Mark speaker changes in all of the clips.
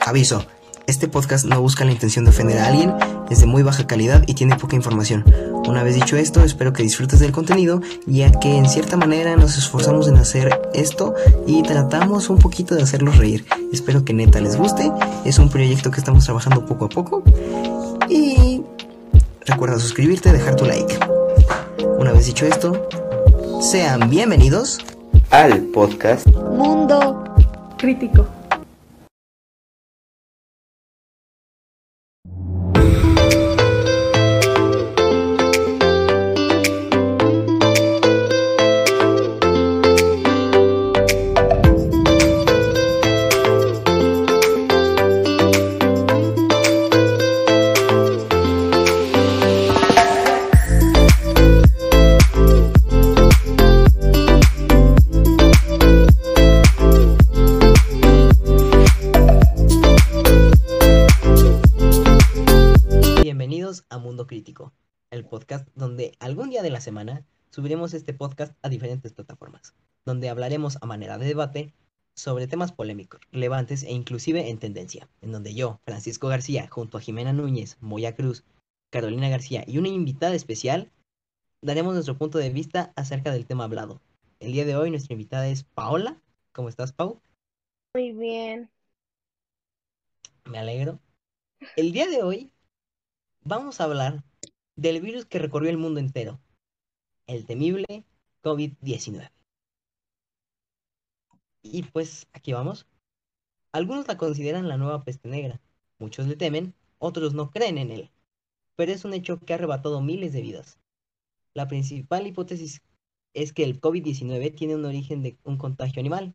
Speaker 1: Aviso, este podcast no busca la intención de ofender a alguien, es de muy baja calidad y tiene poca información. Una vez dicho esto, espero que disfrutes del contenido, ya que en cierta manera nos esforzamos en hacer esto y tratamos un poquito de hacerlos reír. Espero que neta les guste, es un proyecto que estamos trabajando poco a poco y recuerda suscribirte, dejar tu like. Una vez dicho esto, sean bienvenidos
Speaker 2: al podcast
Speaker 3: Mundo Crítico.
Speaker 1: Bienvenidos a Mundo Crítico, el podcast donde algún día de la semana subiremos este podcast a diferentes plataformas, donde hablaremos a manera de debate sobre temas polémicos, relevantes e inclusive en tendencia, en donde yo, Francisco García, junto a Jimena Núñez, Moya Cruz, Carolina García y una invitada especial, daremos nuestro punto de vista acerca del tema hablado. El día de hoy nuestra invitada es Paola. ¿Cómo estás, Pau?
Speaker 3: Muy bien.
Speaker 1: Me alegro. El día de hoy vamos a hablar del virus que recorrió el mundo entero, el temible COVID-19. Y pues aquí vamos. Algunos la consideran la nueva peste negra, muchos le temen, otros no creen en él, pero es un hecho que ha arrebatado miles de vidas. La principal hipótesis es que el COVID-19 tiene un origen de un contagio animal,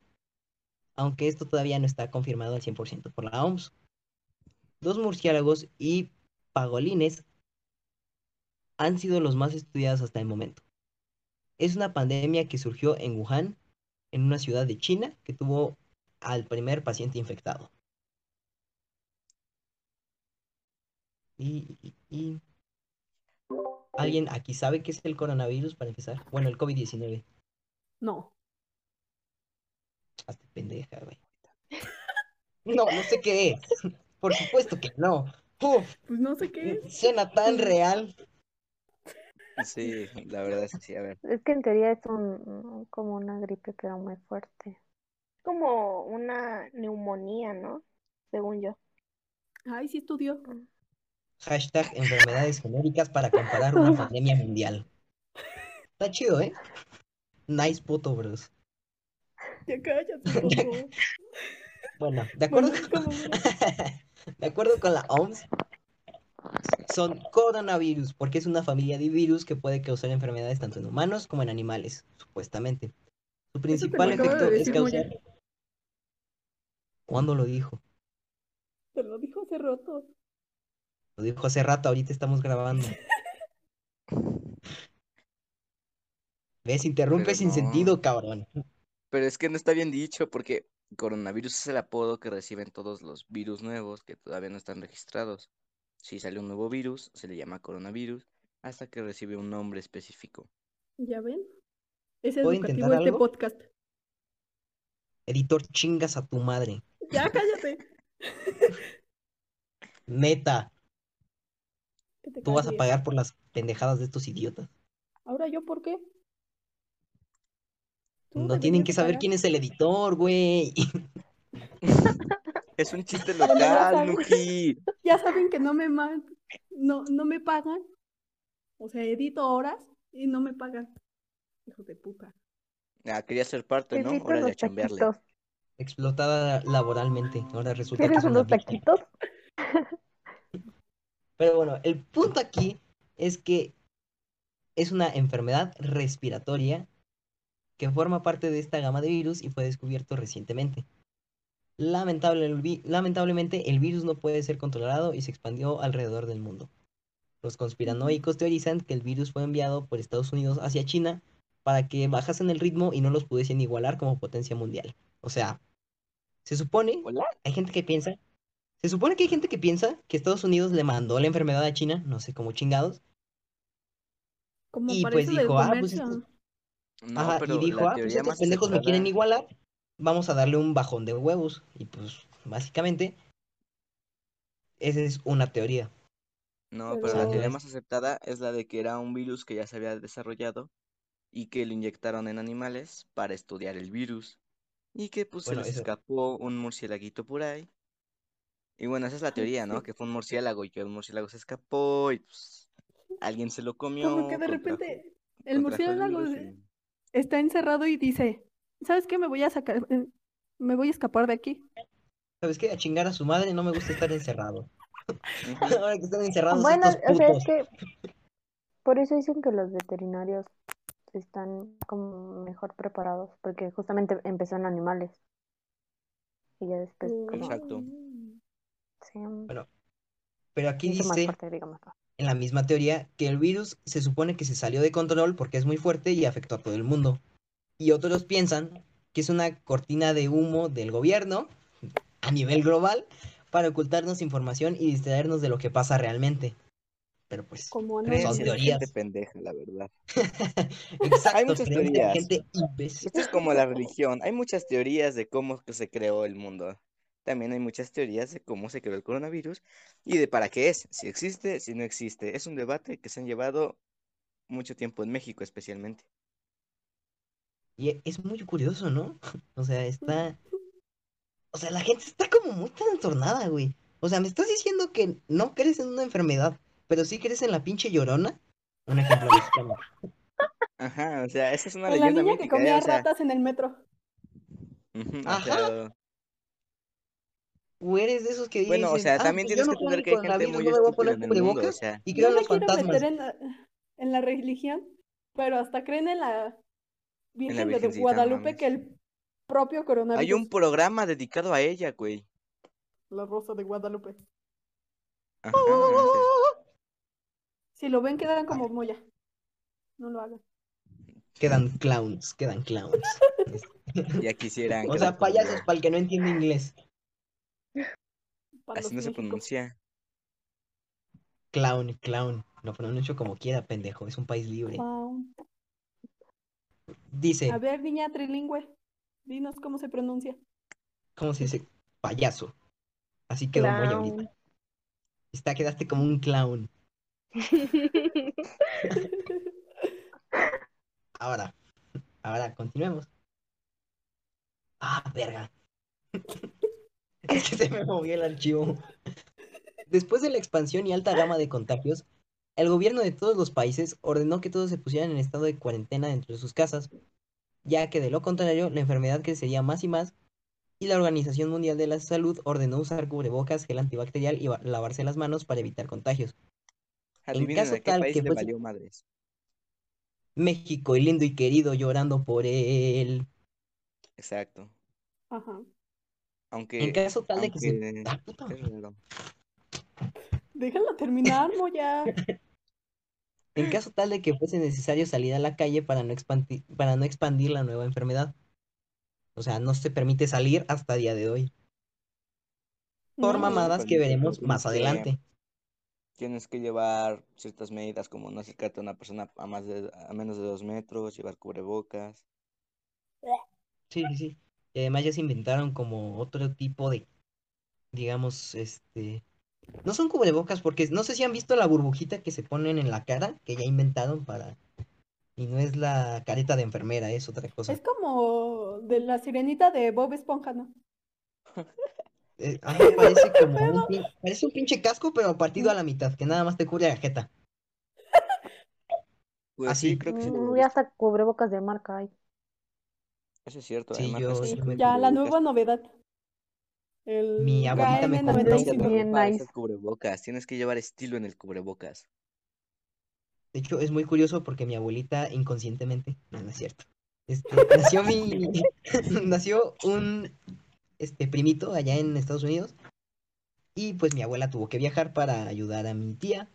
Speaker 1: aunque esto todavía no está confirmado al 100% por la OMS. Dos murciélagos y pagolines han sido los más estudiados hasta el momento. Es una pandemia que surgió en Wuhan, en una ciudad de China, que tuvo al primer paciente infectado. Y, y- y- ¿Alguien aquí sabe qué es el coronavirus para empezar? Bueno, el COVID-19.
Speaker 4: No.
Speaker 1: Hasta pendeja, güey. No, no sé qué es. Por supuesto que no. Uf,
Speaker 4: Pues no sé qué es.
Speaker 1: suena tan real.
Speaker 2: Sí, la verdad es que sí, a ver.
Speaker 5: Es que en teoría es un, como una gripe, pero muy fuerte.
Speaker 3: Como una neumonía, ¿no? Según yo.
Speaker 4: Ay, sí estudió.
Speaker 1: Hashtag enfermedades genéricas para comparar una pandemia mundial. Está chido, ¿eh? Nice puto, bros.
Speaker 4: Ya cállate, por favor.
Speaker 1: Bueno, de acuerdo,
Speaker 4: Bueno,
Speaker 1: con...
Speaker 4: ¿cómo
Speaker 1: de acuerdo con la OMS, son coronavirus, porque es una familia de virus que puede causar enfermedades tanto en humanos como en animales, supuestamente. Su
Speaker 4: Eso te lo
Speaker 1: principal
Speaker 4: acaba de
Speaker 1: efecto es
Speaker 4: decir Moya.
Speaker 1: causar... ¿Cuándo lo dijo?
Speaker 4: Te lo dijo hace rato.
Speaker 1: Lo dijo hace rato, ahorita estamos grabando. ¿Ves? Interrumpe
Speaker 2: Pero
Speaker 1: sin
Speaker 2: no.
Speaker 1: sentido, cabrón.
Speaker 2: Pero es que no está bien dicho porque coronavirus es el apodo que reciben todos los virus nuevos que todavía no están registrados. Si sale un nuevo virus, se le llama coronavirus hasta que recibe un nombre específico.
Speaker 4: ¿Ya ven? Es
Speaker 1: ¿Puedo
Speaker 4: educativo
Speaker 1: intentar
Speaker 4: este
Speaker 1: algo?
Speaker 4: podcast.
Speaker 1: Editor, chingas a tu madre.
Speaker 4: Ya cállate.
Speaker 1: Neta,
Speaker 4: que te
Speaker 1: tú vas a
Speaker 4: calles.
Speaker 1: pagar por las pendejadas de estos idiotas.
Speaker 4: Ahora yo, ¿por qué? Tú
Speaker 1: No tienen
Speaker 4: deberías
Speaker 1: que saber
Speaker 4: pagar.
Speaker 1: quién es el editor, güey.
Speaker 2: Es un chiste
Speaker 4: lo
Speaker 2: local,
Speaker 4: sabe.
Speaker 2: Nuki.
Speaker 4: Ya saben que no me man- no, no me pagan. O sea, edito horas y no me pagan. Hijos de puta.
Speaker 2: Ah, quería ser parte, ¿no?
Speaker 5: Invito
Speaker 2: Hora de
Speaker 5: unos
Speaker 2: chambearle.
Speaker 5: taquitos.
Speaker 1: Explotada laboralmente. Ahora resulta que es
Speaker 5: ¿Quieres
Speaker 1: una
Speaker 5: unos
Speaker 1: víctima.
Speaker 5: taquitos?
Speaker 1: Pero bueno, el punto aquí es que es una enfermedad respiratoria que forma parte de esta gama de virus y fue descubierto recientemente. Lamentable- el vi- lamentablemente, el virus no puede ser controlado y se expandió alrededor del mundo. Los conspiranoicos teorizan que el virus fue enviado por Estados Unidos hacia China para que bajasen el ritmo y no los pudiesen igualar como potencia mundial. O sea, se supone
Speaker 2: Hola.
Speaker 1: hay gente que piensa. Se supone que hay gente que piensa que Estados Unidos le mandó la enfermedad a China, no sé cómo chingados.
Speaker 4: Como
Speaker 1: Y
Speaker 4: parece
Speaker 1: pues
Speaker 4: del
Speaker 1: dijo, ah, pues,
Speaker 4: comercio.
Speaker 2: No,
Speaker 1: Ajá,
Speaker 2: pero
Speaker 1: y dijo, ah,
Speaker 2: la
Speaker 1: pues
Speaker 2: teoría
Speaker 1: estos
Speaker 2: más
Speaker 1: pendejos me quieren
Speaker 2: aceptada-
Speaker 1: igualar, vamos a darle un bajón de huevos. Y pues, básicamente, Esa es una teoría.
Speaker 2: No,
Speaker 4: Pero
Speaker 2: pero la
Speaker 4: no
Speaker 2: teoría
Speaker 1: es.
Speaker 2: más aceptada es la de que era un virus que ya se había desarrollado y que lo inyectaron en animales para estudiar el virus y que pues
Speaker 1: Bueno,
Speaker 2: se les
Speaker 1: eso.
Speaker 2: escapó un murciélaguito por ahí. Y bueno, esa es la teoría, ¿no?
Speaker 4: sí.
Speaker 2: Que fue un murciélago y que el murciélago se escapó y pues alguien se lo comió,
Speaker 4: Como que de
Speaker 2: contrajo-
Speaker 4: repente
Speaker 2: contrajo
Speaker 4: el murciélago
Speaker 2: virus
Speaker 4: de-
Speaker 2: y-
Speaker 4: está encerrado y dice, ¿sabes qué? Me voy a sacar, eh, me voy a escapar de aquí.
Speaker 1: ¿Sabes qué? A chingar a su madre no me gusta estar encerrado.
Speaker 2: Ujú.
Speaker 1: Ahora que están encerrados
Speaker 5: Bueno,
Speaker 1: estos
Speaker 5: o sea,
Speaker 1: putos.
Speaker 5: es que por eso dicen que los veterinarios están como mejor preparados, porque justamente empezó en animales. Y ya después,
Speaker 3: Mm.
Speaker 5: como,
Speaker 2: Exacto.
Speaker 5: sí, mucho
Speaker 1: Pero aquí
Speaker 5: más
Speaker 1: dice,
Speaker 5: fuerte, digamos.
Speaker 1: en la misma teoría, que el virus se supone que se salió de control porque es muy fuerte y afectó a todo el mundo. Y otros piensan que es una cortina de humo del gobierno a nivel global para ocultarnos información y distraernos de lo que pasa realmente. Pero pues,
Speaker 4: Como no.
Speaker 2: Creencias
Speaker 1: Son
Speaker 2: de
Speaker 1: teorías.
Speaker 2: gente pendeja, la verdad.
Speaker 1: exacto,
Speaker 2: Hay
Speaker 1: creencias
Speaker 2: muchas
Speaker 1: de
Speaker 2: teorías.
Speaker 1: gente imbécil.
Speaker 2: Esto es como la religión. Hay muchas teorías de cómo que se creó el mundo. También hay muchas teorías de cómo se creó el coronavirus y de para qué es, si existe, si no existe. Es un debate que se han llevado mucho tiempo en México especialmente.
Speaker 1: Y e- es muy curioso, ¿no? O sea, está. O sea, la gente está como muy trastornada, güey. O sea, me estás diciendo que no crees en una enfermedad, pero sí crees en la pinche llorona. Un ejemplo mexicano.
Speaker 2: Ajá, o sea, esa es una
Speaker 4: En la
Speaker 2: leyenda
Speaker 4: niña que
Speaker 2: mítica, ¿eh?
Speaker 4: comía
Speaker 2: O sea,
Speaker 4: ratas en el metro.
Speaker 2: ujú, o
Speaker 1: Ajá.
Speaker 2: sea,
Speaker 1: O eres de esos que dicen.
Speaker 2: bueno, o sea,
Speaker 1: "Ah,
Speaker 2: también
Speaker 1: pues
Speaker 2: tienes
Speaker 1: yo
Speaker 2: que
Speaker 1: no creo en
Speaker 2: entender que hay gente
Speaker 1: coronavirus,
Speaker 2: muy
Speaker 1: no me voy a
Speaker 2: estúpida
Speaker 1: poner
Speaker 2: en el mundo, o
Speaker 1: cubrebocas
Speaker 2: sea,
Speaker 1: y creo
Speaker 4: Yo
Speaker 1: en
Speaker 4: me
Speaker 1: los
Speaker 4: quiero
Speaker 1: fantasmas.
Speaker 4: meter en la, en la religión, pero hasta creen en la Virgen de
Speaker 2: Virgencita, no
Speaker 4: Guadalupe
Speaker 2: mames.
Speaker 4: que el propio coronavirus.
Speaker 2: hay un programa dedicado a ella, güey.
Speaker 4: La Rosa de Guadalupe.
Speaker 2: Ajá, o sea,
Speaker 4: Oh. Si lo ven, quedan como moya. No lo hagan.
Speaker 1: Quedan clowns, quedan clowns.
Speaker 2: ya quisieran.
Speaker 1: O
Speaker 2: quedar
Speaker 1: sea,
Speaker 2: como yo.
Speaker 1: payasos para el que no entiende inglés.
Speaker 4: para
Speaker 2: Así no
Speaker 4: los
Speaker 2: se
Speaker 4: México.
Speaker 2: pronuncia.
Speaker 1: Clown, clown. Lo pronuncio como quiera, pendejo. Es un país libre.
Speaker 4: Clown.
Speaker 1: Dice,
Speaker 4: A ver, niña trilingüe, dinos cómo se pronuncia.
Speaker 1: ¿cómo se dice? Payaso. Así quedó muy ahorita. Está, quedaste como un clown. Ahora, ahora, continuemos. Ah, verga. Es que se me movió el archivo. Después de la expansión y alta gama de contagios, el gobierno de todos los países ordenó que todos se pusieran en estado de cuarentena dentro de sus casas, ya que de lo contrario la enfermedad crecería más y más, y la Organización Mundial de la Salud ordenó usar cubrebocas, gel antibacterial y va- lavarse las manos para evitar contagios.
Speaker 2: Adivinen
Speaker 1: caso
Speaker 2: a qué
Speaker 1: tal
Speaker 2: país
Speaker 1: que pues,
Speaker 2: le
Speaker 1: fuese-
Speaker 2: valió madres.
Speaker 1: México, el lindo y querido, llorando por él.
Speaker 2: Exacto.
Speaker 4: Ajá.
Speaker 2: Aunque,
Speaker 1: En caso tal de que se...
Speaker 2: aunque
Speaker 1: Ah, puta
Speaker 2: es raro.
Speaker 4: Déjala terminar, moya.
Speaker 1: En caso tal de que fuese necesario salir a la calle para no expandir, para no expandir la nueva enfermedad. O sea, no se permite salir hasta día de hoy. Por
Speaker 2: No,
Speaker 1: mamadas que
Speaker 2: permite, pero
Speaker 1: veremos
Speaker 2: tienes
Speaker 1: más
Speaker 2: que-
Speaker 1: adelante.
Speaker 2: Tienes que llevar ciertas medidas como no acercarte a una persona a más de a menos de dos metros, llevar cubrebocas.
Speaker 1: Sí, sí, sí. Y además ya se inventaron como otro tipo de, digamos, este... No son cubrebocas porque no sé si han visto la burbujita que se ponen en la cara, que ya inventaron para... Y no es la careta de enfermera, es otra cosa.
Speaker 4: Es como de la sirenita de Bob Esponja, ¿no?
Speaker 1: Eh, ah, parece como un, pin- parece un pinche casco, pero partido a la mitad, que nada más te cubre la jeta.
Speaker 2: Pues
Speaker 1: Ah,
Speaker 2: sí,
Speaker 1: sí.
Speaker 2: creo que sí. lo
Speaker 5: Mm,
Speaker 2: logró.
Speaker 5: Ya hasta cubrebocas de marca hay.
Speaker 2: Eso es cierto.
Speaker 1: Sí,
Speaker 2: hay marcas
Speaker 1: yo
Speaker 2: que
Speaker 1: Oh, sí
Speaker 2: venden
Speaker 1: me-
Speaker 4: Ya, la
Speaker 2: cubrebocas.
Speaker 4: nueva novedad. El
Speaker 1: Mi abuelita me compró
Speaker 5: Ay,
Speaker 2: Tienes que
Speaker 5: sí,
Speaker 2: andar
Speaker 4: KN95.
Speaker 5: bien
Speaker 2: ropa de
Speaker 5: nice.
Speaker 2: esas cubrebocas. Tienes que llevar estilo en el cubrebocas.
Speaker 1: De hecho, es muy curioso porque mi abuelita inconscientemente, no, no es cierto, este, nació mi, nació un, este, primito allá en Estados Unidos y pues mi abuela tuvo que viajar para ayudar a mi tía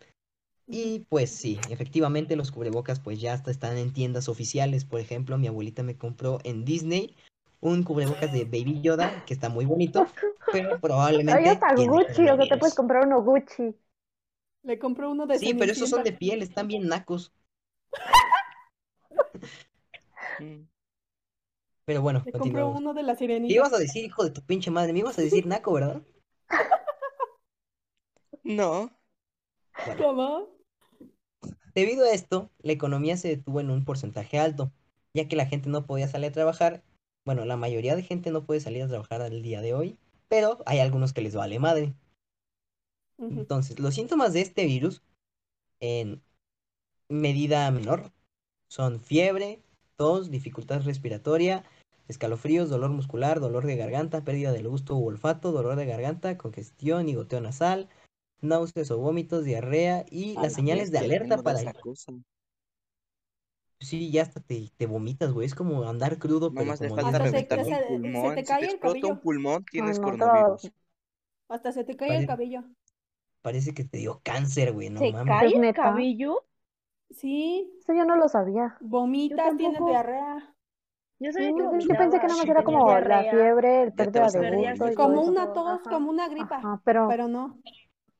Speaker 1: y pues sí, efectivamente los cubrebocas pues ya hasta están en tiendas oficiales, por ejemplo, mi abuelita me compró en Disney un cubrebocas de Baby Yoda que está muy bonito, pero probablemente
Speaker 5: Hay hasta
Speaker 1: tiene
Speaker 5: Gucci, o sea, te
Speaker 1: coronavirus.
Speaker 5: puedes comprar uno Gucci.
Speaker 4: Le compró uno de
Speaker 1: Sí, pero esos son de
Speaker 4: Cenicienta.
Speaker 1: piel, están bien nacos,
Speaker 2: Mm.
Speaker 1: pero bueno,
Speaker 4: Le compró
Speaker 1: continuamos.
Speaker 4: uno de la
Speaker 1: ¿Qué
Speaker 4: sirenita.
Speaker 1: ibas a decir, hijo de tu pinche madre? Me ibas a decir naco, ¿verdad?
Speaker 2: No.
Speaker 1: Bueno,
Speaker 4: ¿Cómo?
Speaker 1: Debido a esto, la economía se detuvo en un porcentaje alto, ya que la gente no podía salir a trabajar. Bueno, la mayoría de gente no puede salir a trabajar al día de hoy, pero hay algunos que les vale madre.
Speaker 4: Ujú.
Speaker 1: Entonces, los síntomas de este virus, en medida menor, son fiebre, tos, dificultad respiratoria, escalofríos, dolor muscular, dolor de garganta, pérdida del gusto u olfato, dolor de garganta, congestión y goteo nasal, náuseas o vómitos, diarrea y
Speaker 2: A
Speaker 1: las
Speaker 2: la
Speaker 1: señales de
Speaker 2: bestia,
Speaker 1: alerta
Speaker 2: vengo
Speaker 1: para
Speaker 2: esa
Speaker 1: el...
Speaker 2: cosa.
Speaker 1: Sí, ya hasta te, te vomitas, güey. Es como andar crudo, pero
Speaker 2: Nomás le
Speaker 1: como
Speaker 2: falta
Speaker 4: Hasta
Speaker 1: dices,
Speaker 4: te-
Speaker 2: reventar un
Speaker 4: se- se te
Speaker 2: pulmón. Si
Speaker 4: cae
Speaker 2: te
Speaker 4: el
Speaker 2: explota un
Speaker 4: cabello.
Speaker 2: pulmón, tienes
Speaker 5: no, todo-
Speaker 2: coronavirus.
Speaker 4: Hasta se te cae
Speaker 1: Pare-
Speaker 4: el cabello.
Speaker 1: parece que te dio cáncer, güey. No
Speaker 3: ¿Se
Speaker 1: mames.
Speaker 3: cae
Speaker 5: ¿Es
Speaker 3: el
Speaker 5: neta?
Speaker 3: cabello?
Speaker 4: Sí,
Speaker 5: Eso yo no lo sabía.
Speaker 4: vomitas, tienes
Speaker 3: tampoco.
Speaker 4: diarrea.
Speaker 3: Yo sabía
Speaker 5: Sí,
Speaker 3: que
Speaker 5: es que pensé que
Speaker 3: vomitabas,
Speaker 5: nada más
Speaker 3: que
Speaker 5: era
Speaker 3: tenías
Speaker 5: como la
Speaker 3: diarrea.
Speaker 5: fiebre, el
Speaker 2: Ya te
Speaker 5: pérdida
Speaker 2: vas a
Speaker 5: de
Speaker 2: morir.
Speaker 5: gusto y todo
Speaker 4: Como
Speaker 5: eso.
Speaker 4: una tos,
Speaker 5: Ajá.
Speaker 4: como una gripa.
Speaker 5: Ajá, pero,
Speaker 4: Pero no.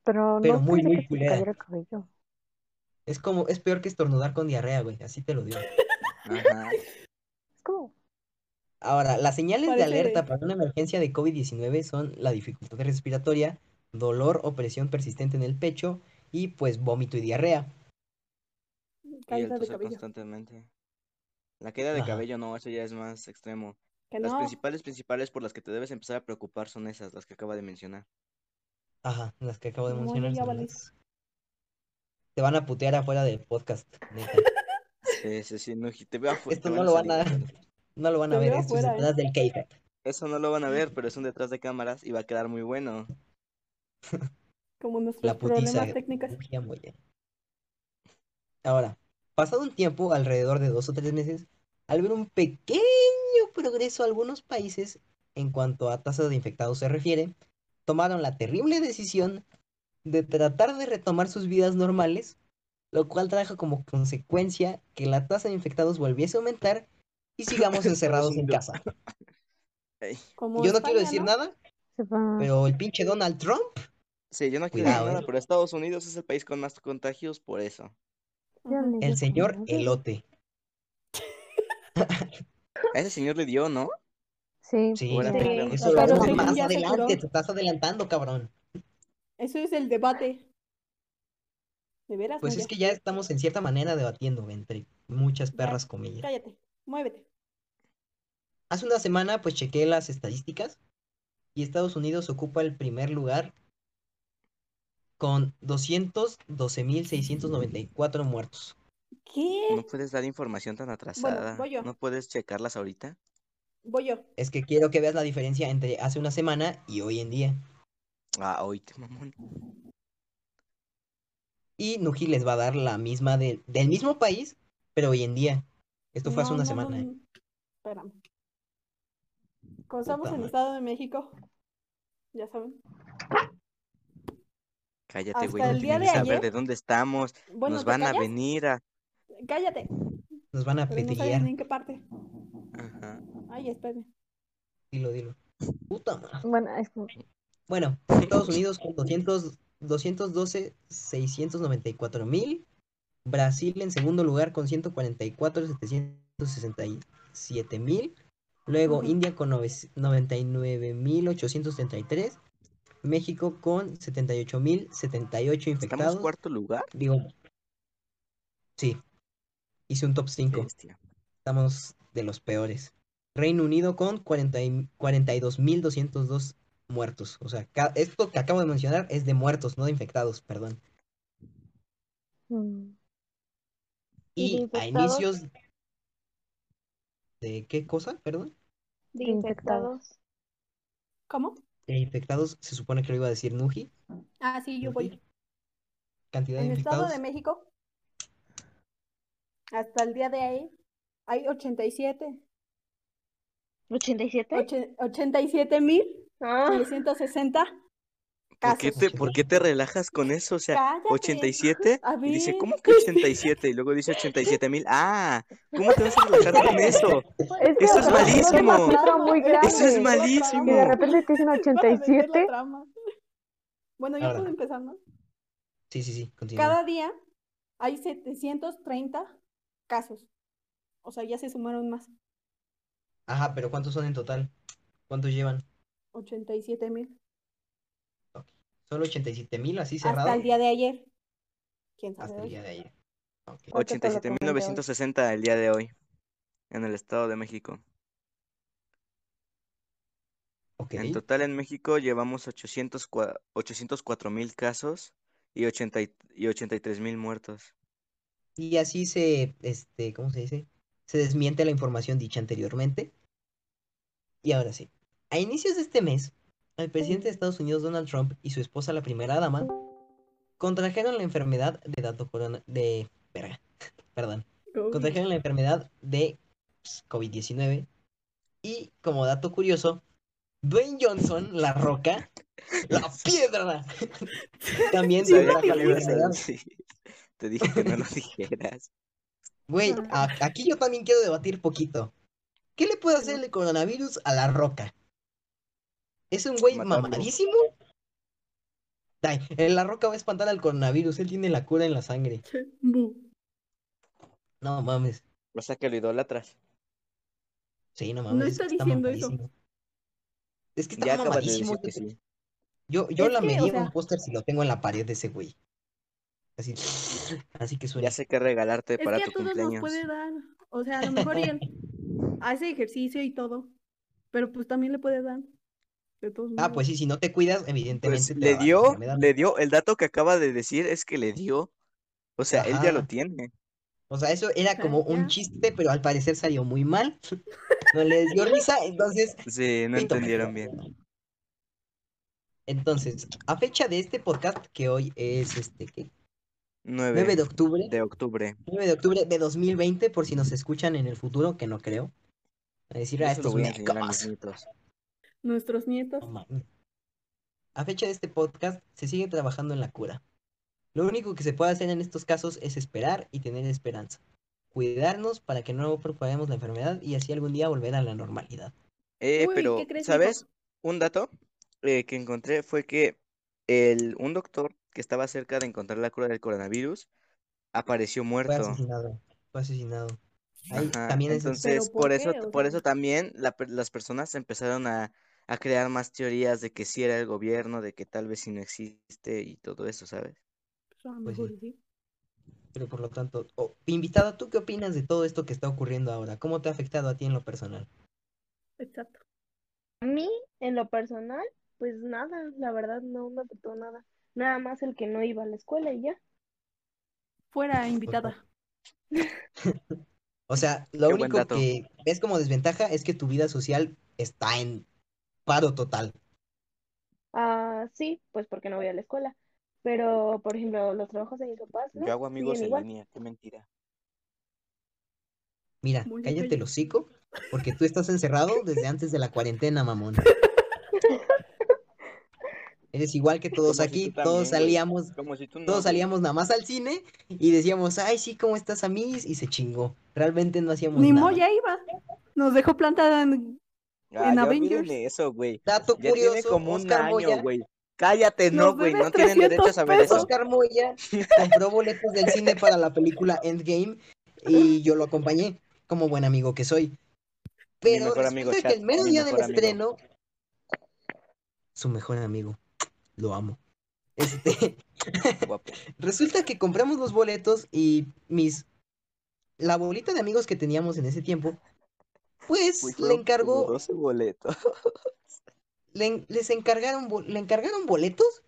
Speaker 5: pero
Speaker 1: Pero
Speaker 5: no
Speaker 1: muy,
Speaker 5: pensé
Speaker 1: muy
Speaker 5: que se te
Speaker 1: culera.
Speaker 5: cayera el cabello.
Speaker 1: Es como, es peor que estornudar con diarrea, güey. Así te lo digo.
Speaker 2: Ajá.
Speaker 5: Es como,
Speaker 1: Ahora, las señales de
Speaker 4: Parece de-
Speaker 1: alerta para una emergencia de COVID-19 son la dificultad respiratoria, dolor o presión persistente en el pecho y pues vómito y diarrea.
Speaker 2: Y
Speaker 4: Caída
Speaker 2: el
Speaker 4: de
Speaker 2: toser
Speaker 4: cabello.
Speaker 2: constantemente. La caída de
Speaker 1: Ajá.
Speaker 2: cabello no, eso ya es más extremo.
Speaker 4: Que
Speaker 2: Las
Speaker 4: no.
Speaker 2: principales principales por las que te debes empezar a preocupar son esas, las que acaba de mencionar.
Speaker 1: Ajá, las que acabo de
Speaker 4: Simón,
Speaker 1: mencionar
Speaker 4: ya
Speaker 1: son
Speaker 4: valí.
Speaker 1: las... Te van a putear afuera del podcast, neta.
Speaker 2: Sí, sí, sí, no, y te veo afuera, Pues,
Speaker 1: Esto
Speaker 2: te van
Speaker 1: no
Speaker 2: a
Speaker 1: lo van
Speaker 2: salir.
Speaker 1: a,
Speaker 2: te van a-
Speaker 1: no lo van a
Speaker 4: Te
Speaker 1: ver,
Speaker 4: veo
Speaker 1: esto es
Speaker 4: afuera, ¿eh?
Speaker 1: detrás del k
Speaker 2: Eso no lo van a ver, pero es un detrás de cámaras y va a quedar muy bueno.
Speaker 4: Como nuestros
Speaker 1: La putiza.
Speaker 4: problemas técnicos.
Speaker 1: Mujía, mujía. Ahora, pasado un tiempo, alrededor de dos o tres meses, al ver un pequeño progreso a algunos países en cuanto a tasas de infectados se refiere, tomaron la terrible decisión de tratar de retomar sus vidas normales, lo cual trajo como consecuencia que la tasa de infectados volviese a aumentar y sigamos
Speaker 2: Estados
Speaker 1: encerrados en
Speaker 2: Unidos.
Speaker 1: casa.
Speaker 2: Ey,
Speaker 4: Como
Speaker 1: Yo no quiero decir
Speaker 4: España, ¿no?
Speaker 1: nada,
Speaker 5: sepa-
Speaker 1: pero el pinche Donald Trump,
Speaker 2: Sí, yo no quiero decir
Speaker 1: cuidado,
Speaker 2: nada,
Speaker 1: ¿eh?
Speaker 2: pero Estados Unidos es el país con más contagios por eso.
Speaker 5: ya
Speaker 4: Ujú.
Speaker 5: me dio
Speaker 1: El señor
Speaker 5: coronavirus.
Speaker 1: Elote.
Speaker 2: A ese señor le dio, ¿no?
Speaker 5: Sí,
Speaker 2: O
Speaker 1: Sí,
Speaker 2: era
Speaker 3: Sí.
Speaker 5: ya.
Speaker 2: temprano.
Speaker 1: eso
Speaker 5: Pero
Speaker 1: lo
Speaker 4: Pero
Speaker 1: vamos a
Speaker 5: no,
Speaker 1: ver
Speaker 4: según
Speaker 1: más
Speaker 4: ya se
Speaker 1: adelante,
Speaker 4: curó.
Speaker 1: te estás adelantando, cabrón.
Speaker 4: Eso es el debate. De veras,
Speaker 1: Pues
Speaker 4: Moya.
Speaker 1: es que ya estamos en cierta manera debatiendo güey, entre muchas
Speaker 4: Ya,
Speaker 1: perras comillas.
Speaker 4: cállate. Muévete.
Speaker 1: Hace una semana pues chequé las estadísticas y Estados Unidos ocupa el primer lugar con 212.694 muertos.
Speaker 4: ¿Qué?
Speaker 2: No puedes dar información tan
Speaker 4: Bueno,
Speaker 2: atrasada.
Speaker 4: voy yo.
Speaker 2: No puedes checarlas ahorita.
Speaker 4: Voy yo.
Speaker 1: Es que quiero que veas la diferencia entre hace una semana y hoy en día.
Speaker 2: Ah, oíte, mamón.
Speaker 1: Y Nuji les va a dar la misma de- del mismo país, pero hoy en día. Esto fue hace
Speaker 4: No,
Speaker 1: una
Speaker 4: no, no,
Speaker 1: semana, ¿eh?
Speaker 4: no. Espérame. Como estamos
Speaker 1: Puta
Speaker 4: en
Speaker 1: madre.
Speaker 4: Estado de México, ya saben.
Speaker 2: Cállate, güey,
Speaker 4: Hasta
Speaker 2: no
Speaker 4: el día
Speaker 2: tienen que
Speaker 4: de
Speaker 2: saber
Speaker 4: ayer.
Speaker 2: de dónde estamos.
Speaker 4: Bueno,
Speaker 2: Nos
Speaker 4: ¿te
Speaker 2: van a
Speaker 4: callas?
Speaker 2: venir a...
Speaker 4: Cállate.
Speaker 1: Nos van a
Speaker 4: Pero no saben
Speaker 1: petear.
Speaker 4: en qué parte.
Speaker 2: Ajá.
Speaker 4: Ay, espérame.
Speaker 1: Dilo, dilo. Puta madre.
Speaker 5: bueno, es que
Speaker 1: Bueno, Estados Unidos con 200, 212, 694 mil. Brasil en segundo lugar con 144, 767 mil. Luego
Speaker 4: Ujú.
Speaker 1: India con 99 mil 833. México con 78 mil 78
Speaker 2: Estamos
Speaker 1: infectados.
Speaker 2: cuarto lugar.
Speaker 1: Digo, sí, hice un top 5.
Speaker 2: Bestia.
Speaker 1: Estamos de los peores. Reino Unido con 40 y- 42.202 muertos. O sea, ca- esto que acabo de mencionar es de muertos, no de infectados, perdón.
Speaker 5: mm, ¿Y de
Speaker 1: Y a
Speaker 5: infectados?
Speaker 1: inicios de qué cosa, perdón.
Speaker 3: De
Speaker 5: De infectados.
Speaker 3: infectados.
Speaker 4: ¿Cómo?
Speaker 1: De infectados, se supone que lo iba a decir Nuji.
Speaker 4: Ah, sí, yo
Speaker 1: Nuji,
Speaker 4: voy.
Speaker 1: cantidad de
Speaker 4: En Estado
Speaker 1: infectados.
Speaker 4: de México, hasta el día de hoy, hay 87.
Speaker 3: ¿87?
Speaker 4: oche- 87.960
Speaker 3: Ah,
Speaker 2: ¿Por qué te,
Speaker 4: casos.
Speaker 2: por qué te relajas con eso? O sea,
Speaker 4: Cállate.
Speaker 2: ¿87?
Speaker 4: A
Speaker 2: Dice,
Speaker 4: ver.
Speaker 2: ¿cómo que 87? Y luego dice 87 mil. Ah, ¿cómo te vas a relajar con eso?
Speaker 5: Es que,
Speaker 2: Eso
Speaker 5: o
Speaker 2: es
Speaker 5: sea, no te
Speaker 2: malísimo.
Speaker 5: cifra muy
Speaker 2: Eso es
Speaker 5: grande. Y de
Speaker 2: malísimo.
Speaker 5: repente te dicen
Speaker 4: Van a meter la
Speaker 5: 87.
Speaker 4: trama. Bueno, yo puedo
Speaker 1: Ahora,
Speaker 4: empezar, ¿no?
Speaker 1: sí, sí, sí, continúa.
Speaker 4: Cada día hay 730 casos. O sea, ya se sumaron más.
Speaker 1: Ajá, pero ¿cuántos son en total? ¿Cuántos llevan?
Speaker 4: 87 mil.
Speaker 1: Solo 87 mil así cerrado.
Speaker 6: Hasta el día de ayer. ¿Quién sabe?
Speaker 1: Hasta el
Speaker 6: hoy?
Speaker 1: día de ayer. Ok.
Speaker 5: Creo que te lo
Speaker 2: 87.960 el día de hoy en el Estado de México.
Speaker 1: Ok.
Speaker 2: En total en México llevamos 804 mil casos y, 80 y- y 83 mil muertos.
Speaker 1: Y así se, este, ¿cómo se dice? Se desmiente la información dicha anteriormente. Y ahora sí. A inicios de este mes, el presidente de Estados Unidos, Donald Trump, y su esposa, la primera dama, contrajeron la enfermedad de dato corona... de... verga, perdón. Contrajeron la enfermedad de pues, COVID-19. Y, como dato curioso, Dwayne Johnson, la roca, la piedra, también
Speaker 4: Sí,
Speaker 2: Sabía
Speaker 1: contrajo
Speaker 2: que
Speaker 1: la
Speaker 2: lo ibas a
Speaker 1: enfermedad.
Speaker 2: decir. Te dije que no lo dijeras.
Speaker 1: Güey,
Speaker 4: Ajá.
Speaker 1: a- aquí yo también quiero debatir poquito. ¿Qué le puede hacer el coronavirus a la roca? ¿Es un güey
Speaker 2: Matarlo.
Speaker 1: mamadísimo? Ay, eh, la roca va a espantar al coronavirus, él tiene la cura en la sangre.
Speaker 4: Bu.
Speaker 1: No mames.
Speaker 2: O sea que lo idolatras.
Speaker 1: Sí, no mames. es
Speaker 4: está
Speaker 1: que está
Speaker 4: diciendo eso.
Speaker 1: mamadísimo. Es que está
Speaker 2: Ya acabas de
Speaker 1: mamadísimo.
Speaker 2: decir que sí.
Speaker 1: Yo, yo
Speaker 4: Es
Speaker 1: la
Speaker 4: que,
Speaker 1: medí
Speaker 4: o
Speaker 1: en un
Speaker 4: sea-
Speaker 1: póster si lo tengo en la pared de ese güey. Así, así que suena.
Speaker 2: Ya sé qué regalarte
Speaker 4: Es
Speaker 2: para
Speaker 4: que a
Speaker 2: tu
Speaker 4: todos nos
Speaker 2: cumpleaños.
Speaker 4: puede dar. O sea, a lo mejor y él hace ejercicio y todo. Pero pues también le puede dar. De todos
Speaker 1: Ah, pues sí, si no te cuidas, evidentemente te
Speaker 2: Pues,
Speaker 1: va
Speaker 2: le
Speaker 1: a dar la
Speaker 2: dio,
Speaker 1: enfermedad.
Speaker 2: le dio, el dato que acaba de decir es que le dio. O sea, él ya lo
Speaker 1: Ajá.
Speaker 2: tiene.
Speaker 1: O sea, eso era
Speaker 4: sea,
Speaker 1: como un
Speaker 4: ya.
Speaker 1: chiste, pero al parecer salió muy mal. No les dio risa, entonces
Speaker 2: Sí, no
Speaker 1: Pito.
Speaker 2: entendieron bien.
Speaker 1: Entonces, a fecha de este podcast, que hoy es este, ¿qué?
Speaker 2: 9,
Speaker 1: 9 de octubre,
Speaker 2: de octubre.
Speaker 1: 9 de octubre de 2020, por si nos escuchan en el futuro, que no creo. A decir "Ah,
Speaker 2: Yo
Speaker 1: a
Speaker 2: se lo
Speaker 1: estos
Speaker 2: voy a enseñar a mis
Speaker 1: mecos.
Speaker 2: nietos.
Speaker 4: Nuestros nietos.
Speaker 1: No mames. A fecha de este podcast, se sigue trabajando en la cura. Lo único que se puede hacer en estos casos es esperar y tener esperanza. Cuidarnos para que no propaguemos la enfermedad y así algún día volver a la normalidad.
Speaker 2: Eh,
Speaker 4: Uy,
Speaker 2: pero,
Speaker 4: ¿qué crees, mijo?
Speaker 2: ¿sabes? Un dato eh, que encontré fue que el, un doctor que estaba cerca de encontrar la cura del coronavirus apareció
Speaker 1: Fue
Speaker 2: muerto.
Speaker 1: asesinado. Fue asesinado. Ahí
Speaker 2: Ajá,
Speaker 1: también es
Speaker 2: entonces,
Speaker 4: ¿Pero por
Speaker 2: por eso,
Speaker 4: qué? O
Speaker 2: por
Speaker 4: sea-
Speaker 2: eso también la per- las personas empezaron a, a crear más teorías de que sí era el gobierno, de que tal vez sí no existe y todo eso, ¿sabes?
Speaker 4: Pues, a lo
Speaker 1: Pues sí.
Speaker 4: mejor sí.
Speaker 1: Pero por lo tanto, oh, invitada, ¿tú qué opinas de todo esto que está ocurriendo ahora? ¿Cómo te ha afectado a ti en lo personal?
Speaker 4: Exacto.
Speaker 3: A mí, en lo personal, pues nada, la verdad no me afectó nada. Nada más el que no iba a la escuela y ya.
Speaker 4: Fuera invitada.
Speaker 1: O sea, lo
Speaker 2: Qué buen
Speaker 1: único
Speaker 2: dato.
Speaker 1: que ves como desventaja es que tu vida social está en paro total.
Speaker 3: Ah, sí, pues porque no voy a la escuela. Pero, por ejemplo, los trabajos de mis papás, ¿no?
Speaker 2: Yo hago amigos
Speaker 3: Siguen
Speaker 2: en
Speaker 3: igual.
Speaker 2: línea, qué mentira.
Speaker 1: Mira,
Speaker 4: Muy bien,
Speaker 1: cállate
Speaker 4: cállate.
Speaker 1: el hocico, porque tú estás encerrado desde antes de la cuarentena, mamón. Eres igual que todos
Speaker 2: Como si tú
Speaker 1: aquí,
Speaker 2: también,
Speaker 1: todos
Speaker 2: güey.
Speaker 1: salíamos,
Speaker 2: Como si tú no,
Speaker 1: todos
Speaker 2: güey.
Speaker 1: salíamos nada más al cine y decíamos, ay, sí, ¿cómo estás, amiguis? Y se chingó. Realmente no hacíamos
Speaker 4: Ni
Speaker 1: nada.
Speaker 4: Mo ya iba. Nos dejó plantada en...
Speaker 2: Ah,
Speaker 4: en
Speaker 2: ya
Speaker 4: Avengers.
Speaker 2: olvídenle eso, güey.
Speaker 1: Dato
Speaker 2: Ya
Speaker 1: curioso,
Speaker 2: tiene como un
Speaker 1: Oscar Moya.
Speaker 2: año, güey. Cállate, no,
Speaker 4: Nos
Speaker 2: güey,
Speaker 4: debes
Speaker 2: no tienen derecho a
Speaker 4: 300
Speaker 2: saber
Speaker 4: pesos.
Speaker 2: eso.
Speaker 1: Oscar Moya compró boletos del cine para la película Endgame y yo lo acompañé como buen amigo que soy. Pero
Speaker 2: mejor
Speaker 1: resulta
Speaker 2: amigo,
Speaker 1: que
Speaker 2: chat,
Speaker 1: el mero
Speaker 2: mi
Speaker 1: día del
Speaker 2: mejor amigo.
Speaker 1: estreno, su mejor amigo, lo amo. Este,
Speaker 2: Guapo.
Speaker 1: resulta que compramos los boletos y mis la bolita de amigos que teníamos en ese tiempo, pues
Speaker 2: Uy,
Speaker 1: le
Speaker 2: fueron como
Speaker 1: encargó,
Speaker 2: 12 boletos.
Speaker 1: le- les encargaron, bo- le encargaron boletos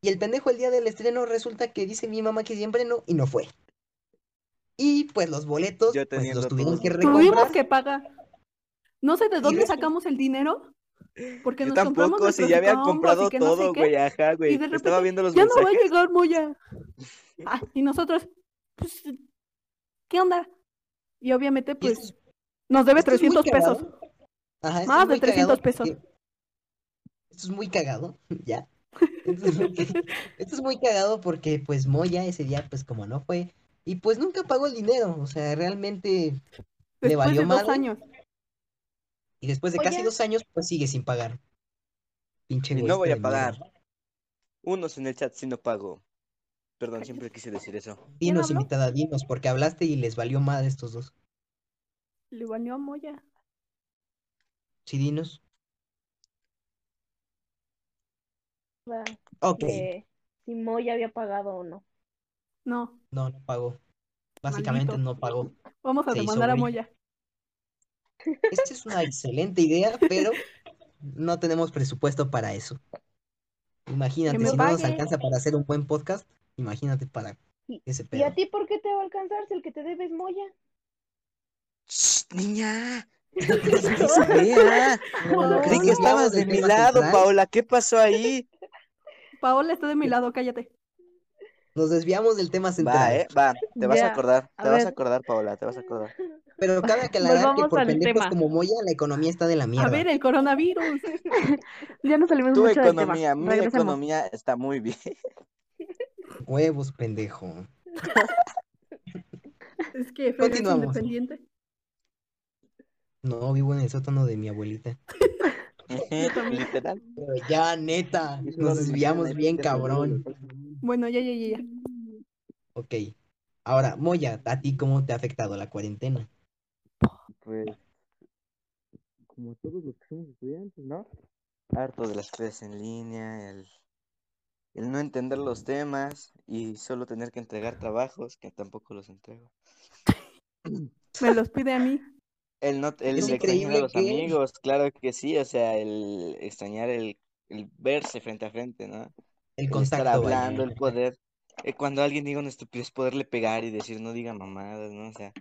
Speaker 1: y el pendejo el día del estreno resulta que dice mi mamá que siempre no y no fue. Y pues los boletos
Speaker 2: Yo
Speaker 1: pues
Speaker 2: teniendo
Speaker 1: los tuvieron
Speaker 2: todos
Speaker 1: que
Speaker 2: los-
Speaker 1: recomprar.
Speaker 4: Tuvimos que pagar. No sé de dónde
Speaker 1: ves-
Speaker 4: sacamos el dinero. Porque
Speaker 2: Yo
Speaker 4: nos compramos
Speaker 2: tampoco, si
Speaker 4: nuestros
Speaker 2: ya había
Speaker 4: combos y
Speaker 2: comprado
Speaker 4: que no sé
Speaker 2: todo,
Speaker 4: qué.
Speaker 2: güey, ajá, güey.
Speaker 4: de
Speaker 2: Estaba
Speaker 4: repente,
Speaker 2: viendo los
Speaker 4: Ya no va a
Speaker 2: mensajes.
Speaker 4: llegar Moya. Ah, y nosotros, pues, ¿qué onda? Y obviamente,
Speaker 1: Y
Speaker 4: pues,
Speaker 1: esto es-
Speaker 4: nos debe
Speaker 1: esto es muy
Speaker 4: 300 pesos.
Speaker 1: cagado. Ajá, esto
Speaker 4: Más
Speaker 1: es
Speaker 4: de
Speaker 1: muy cagado
Speaker 4: 300 pesos.
Speaker 1: porque- Esto es muy cagado, ya. Esto es muy, ca- esto es muy cagado porque pues Moya ese día pues como no fue y pues nunca pagó el dinero, o sea, realmente le
Speaker 4: Después
Speaker 1: valió
Speaker 4: de dos
Speaker 1: madre
Speaker 4: años.
Speaker 1: y después de casi
Speaker 3: Oye.
Speaker 1: dos años pues sigue sin pagar. Pinche este,
Speaker 2: Y no
Speaker 1: egoísta
Speaker 2: voy a
Speaker 1: de mierda.
Speaker 2: pagar. Unos en el chat si no pago. Perdón, siempre quise decir eso.
Speaker 1: Dinos,
Speaker 4: habló?
Speaker 1: invitada, dinos, porque hablaste y les valió madre estos dos.
Speaker 4: Le valió a Moya.
Speaker 1: Sí, dinos. Ok,
Speaker 3: de si Moy había pagado o no.
Speaker 4: No,
Speaker 1: no, no pagó. Básicamente
Speaker 4: Maldito.
Speaker 1: no pagó.
Speaker 4: vamos a
Speaker 1: Se hizo
Speaker 4: demandar a
Speaker 1: güey.
Speaker 4: Moya.
Speaker 1: Esta es una excelente idea, pero no tenemos presupuesto para eso. Imagínate,
Speaker 4: Que me
Speaker 1: si no nos
Speaker 4: pague.
Speaker 1: alcanza para hacer un buen podcast, imagínate para
Speaker 3: Y-
Speaker 1: ese
Speaker 3: ¿Y
Speaker 1: pedo.
Speaker 3: a ti por qué te va a alcanzar si el que te debe es Moya?
Speaker 2: Shh, niña. No tienes esa idea.
Speaker 1: Bueno,
Speaker 2: Creí que
Speaker 1: no,
Speaker 2: estabas
Speaker 1: no,
Speaker 2: de
Speaker 1: no,
Speaker 2: mi
Speaker 1: no,
Speaker 2: lado,
Speaker 1: no,
Speaker 2: Paola. ¿Qué pasó ahí?
Speaker 4: Paola está de mi lado, cállate.
Speaker 1: Nos desviamos del tema
Speaker 2: Va,
Speaker 1: central.
Speaker 2: eh, va. Te vas a
Speaker 3: Ya,
Speaker 2: acordar.
Speaker 3: a
Speaker 2: Te vas a
Speaker 3: ver.
Speaker 2: acordar, Paola. Te vas a acordar.
Speaker 1: Pero cabe aclarar que
Speaker 3: Volvamos
Speaker 1: por
Speaker 3: al
Speaker 1: pendejos
Speaker 3: tema.
Speaker 1: como Moya, la economía está de la
Speaker 4: A
Speaker 1: mierda.
Speaker 4: ver, el coronavirus.
Speaker 5: Ya nos salimos
Speaker 2: Tu
Speaker 5: mucho del
Speaker 2: economía,
Speaker 5: tema.
Speaker 2: mi
Speaker 5: Regresemos.
Speaker 2: economía está muy bien.
Speaker 1: Huevos, pendejo.
Speaker 4: Es que Fer es
Speaker 1: Continuamos.
Speaker 4: independiente.
Speaker 1: No, vivo en el sótano de mi abuelita.
Speaker 4: también.
Speaker 2: Literal.
Speaker 1: Pero Pues ya, neta, nos desviamos bien, cabrón.
Speaker 2: pues,
Speaker 4: Bueno, ya, ya, ya, ya.
Speaker 1: Ok. Ahora, Moya, ¿a ti cómo te ha afectado la cuarentena?
Speaker 2: Pues, como todos los que somos estudiantes, ¿no? Harto de las clases en línea, el, el no entender los temas y solo tener que entregar trabajos que tampoco los entrego.
Speaker 4: Me los pide a mí.
Speaker 2: El no, el
Speaker 1: Es
Speaker 2: extrañar a
Speaker 1: increíble
Speaker 2: los
Speaker 1: que-
Speaker 2: amigos, claro que sí, o sea, el extrañar el, el verse frente a frente, ¿no?
Speaker 1: El
Speaker 2: El estar
Speaker 1: contacto, vaya.
Speaker 2: hablando, el poder. eh, cuando alguien diga una estupidez, poderle pegar y decir no diga mamadas, ¿no? O sea,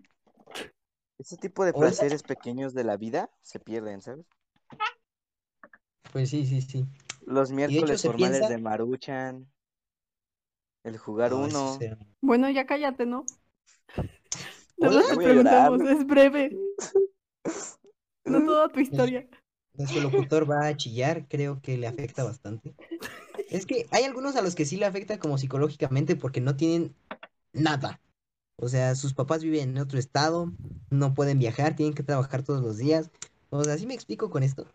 Speaker 2: ese tipo de
Speaker 1: Oye.
Speaker 2: placeres pequeños de la vida se pierden, ¿sabes?
Speaker 1: Pues sí, sí, sí.
Speaker 2: Los miércoles
Speaker 1: se
Speaker 2: formales
Speaker 1: piensa- Ah,
Speaker 2: de Maruchan, el jugar
Speaker 1: No, eh, eso
Speaker 2: uno.
Speaker 1: será-
Speaker 4: Bueno, ya cállate, ¿no?
Speaker 2: Hola,
Speaker 4: Nosotros
Speaker 2: voy a llorar.
Speaker 4: preguntamos, es breve. No toda tu historia.
Speaker 1: Nuestro locutor va a chillar, creo que le afecta bastante. Es que hay algunos a los que sí le afecta como psicológicamente porque no tienen nada. O sea, sus papás viven en otro estado, no pueden viajar, tienen que trabajar todos los días. O sea, sí me explico con esto.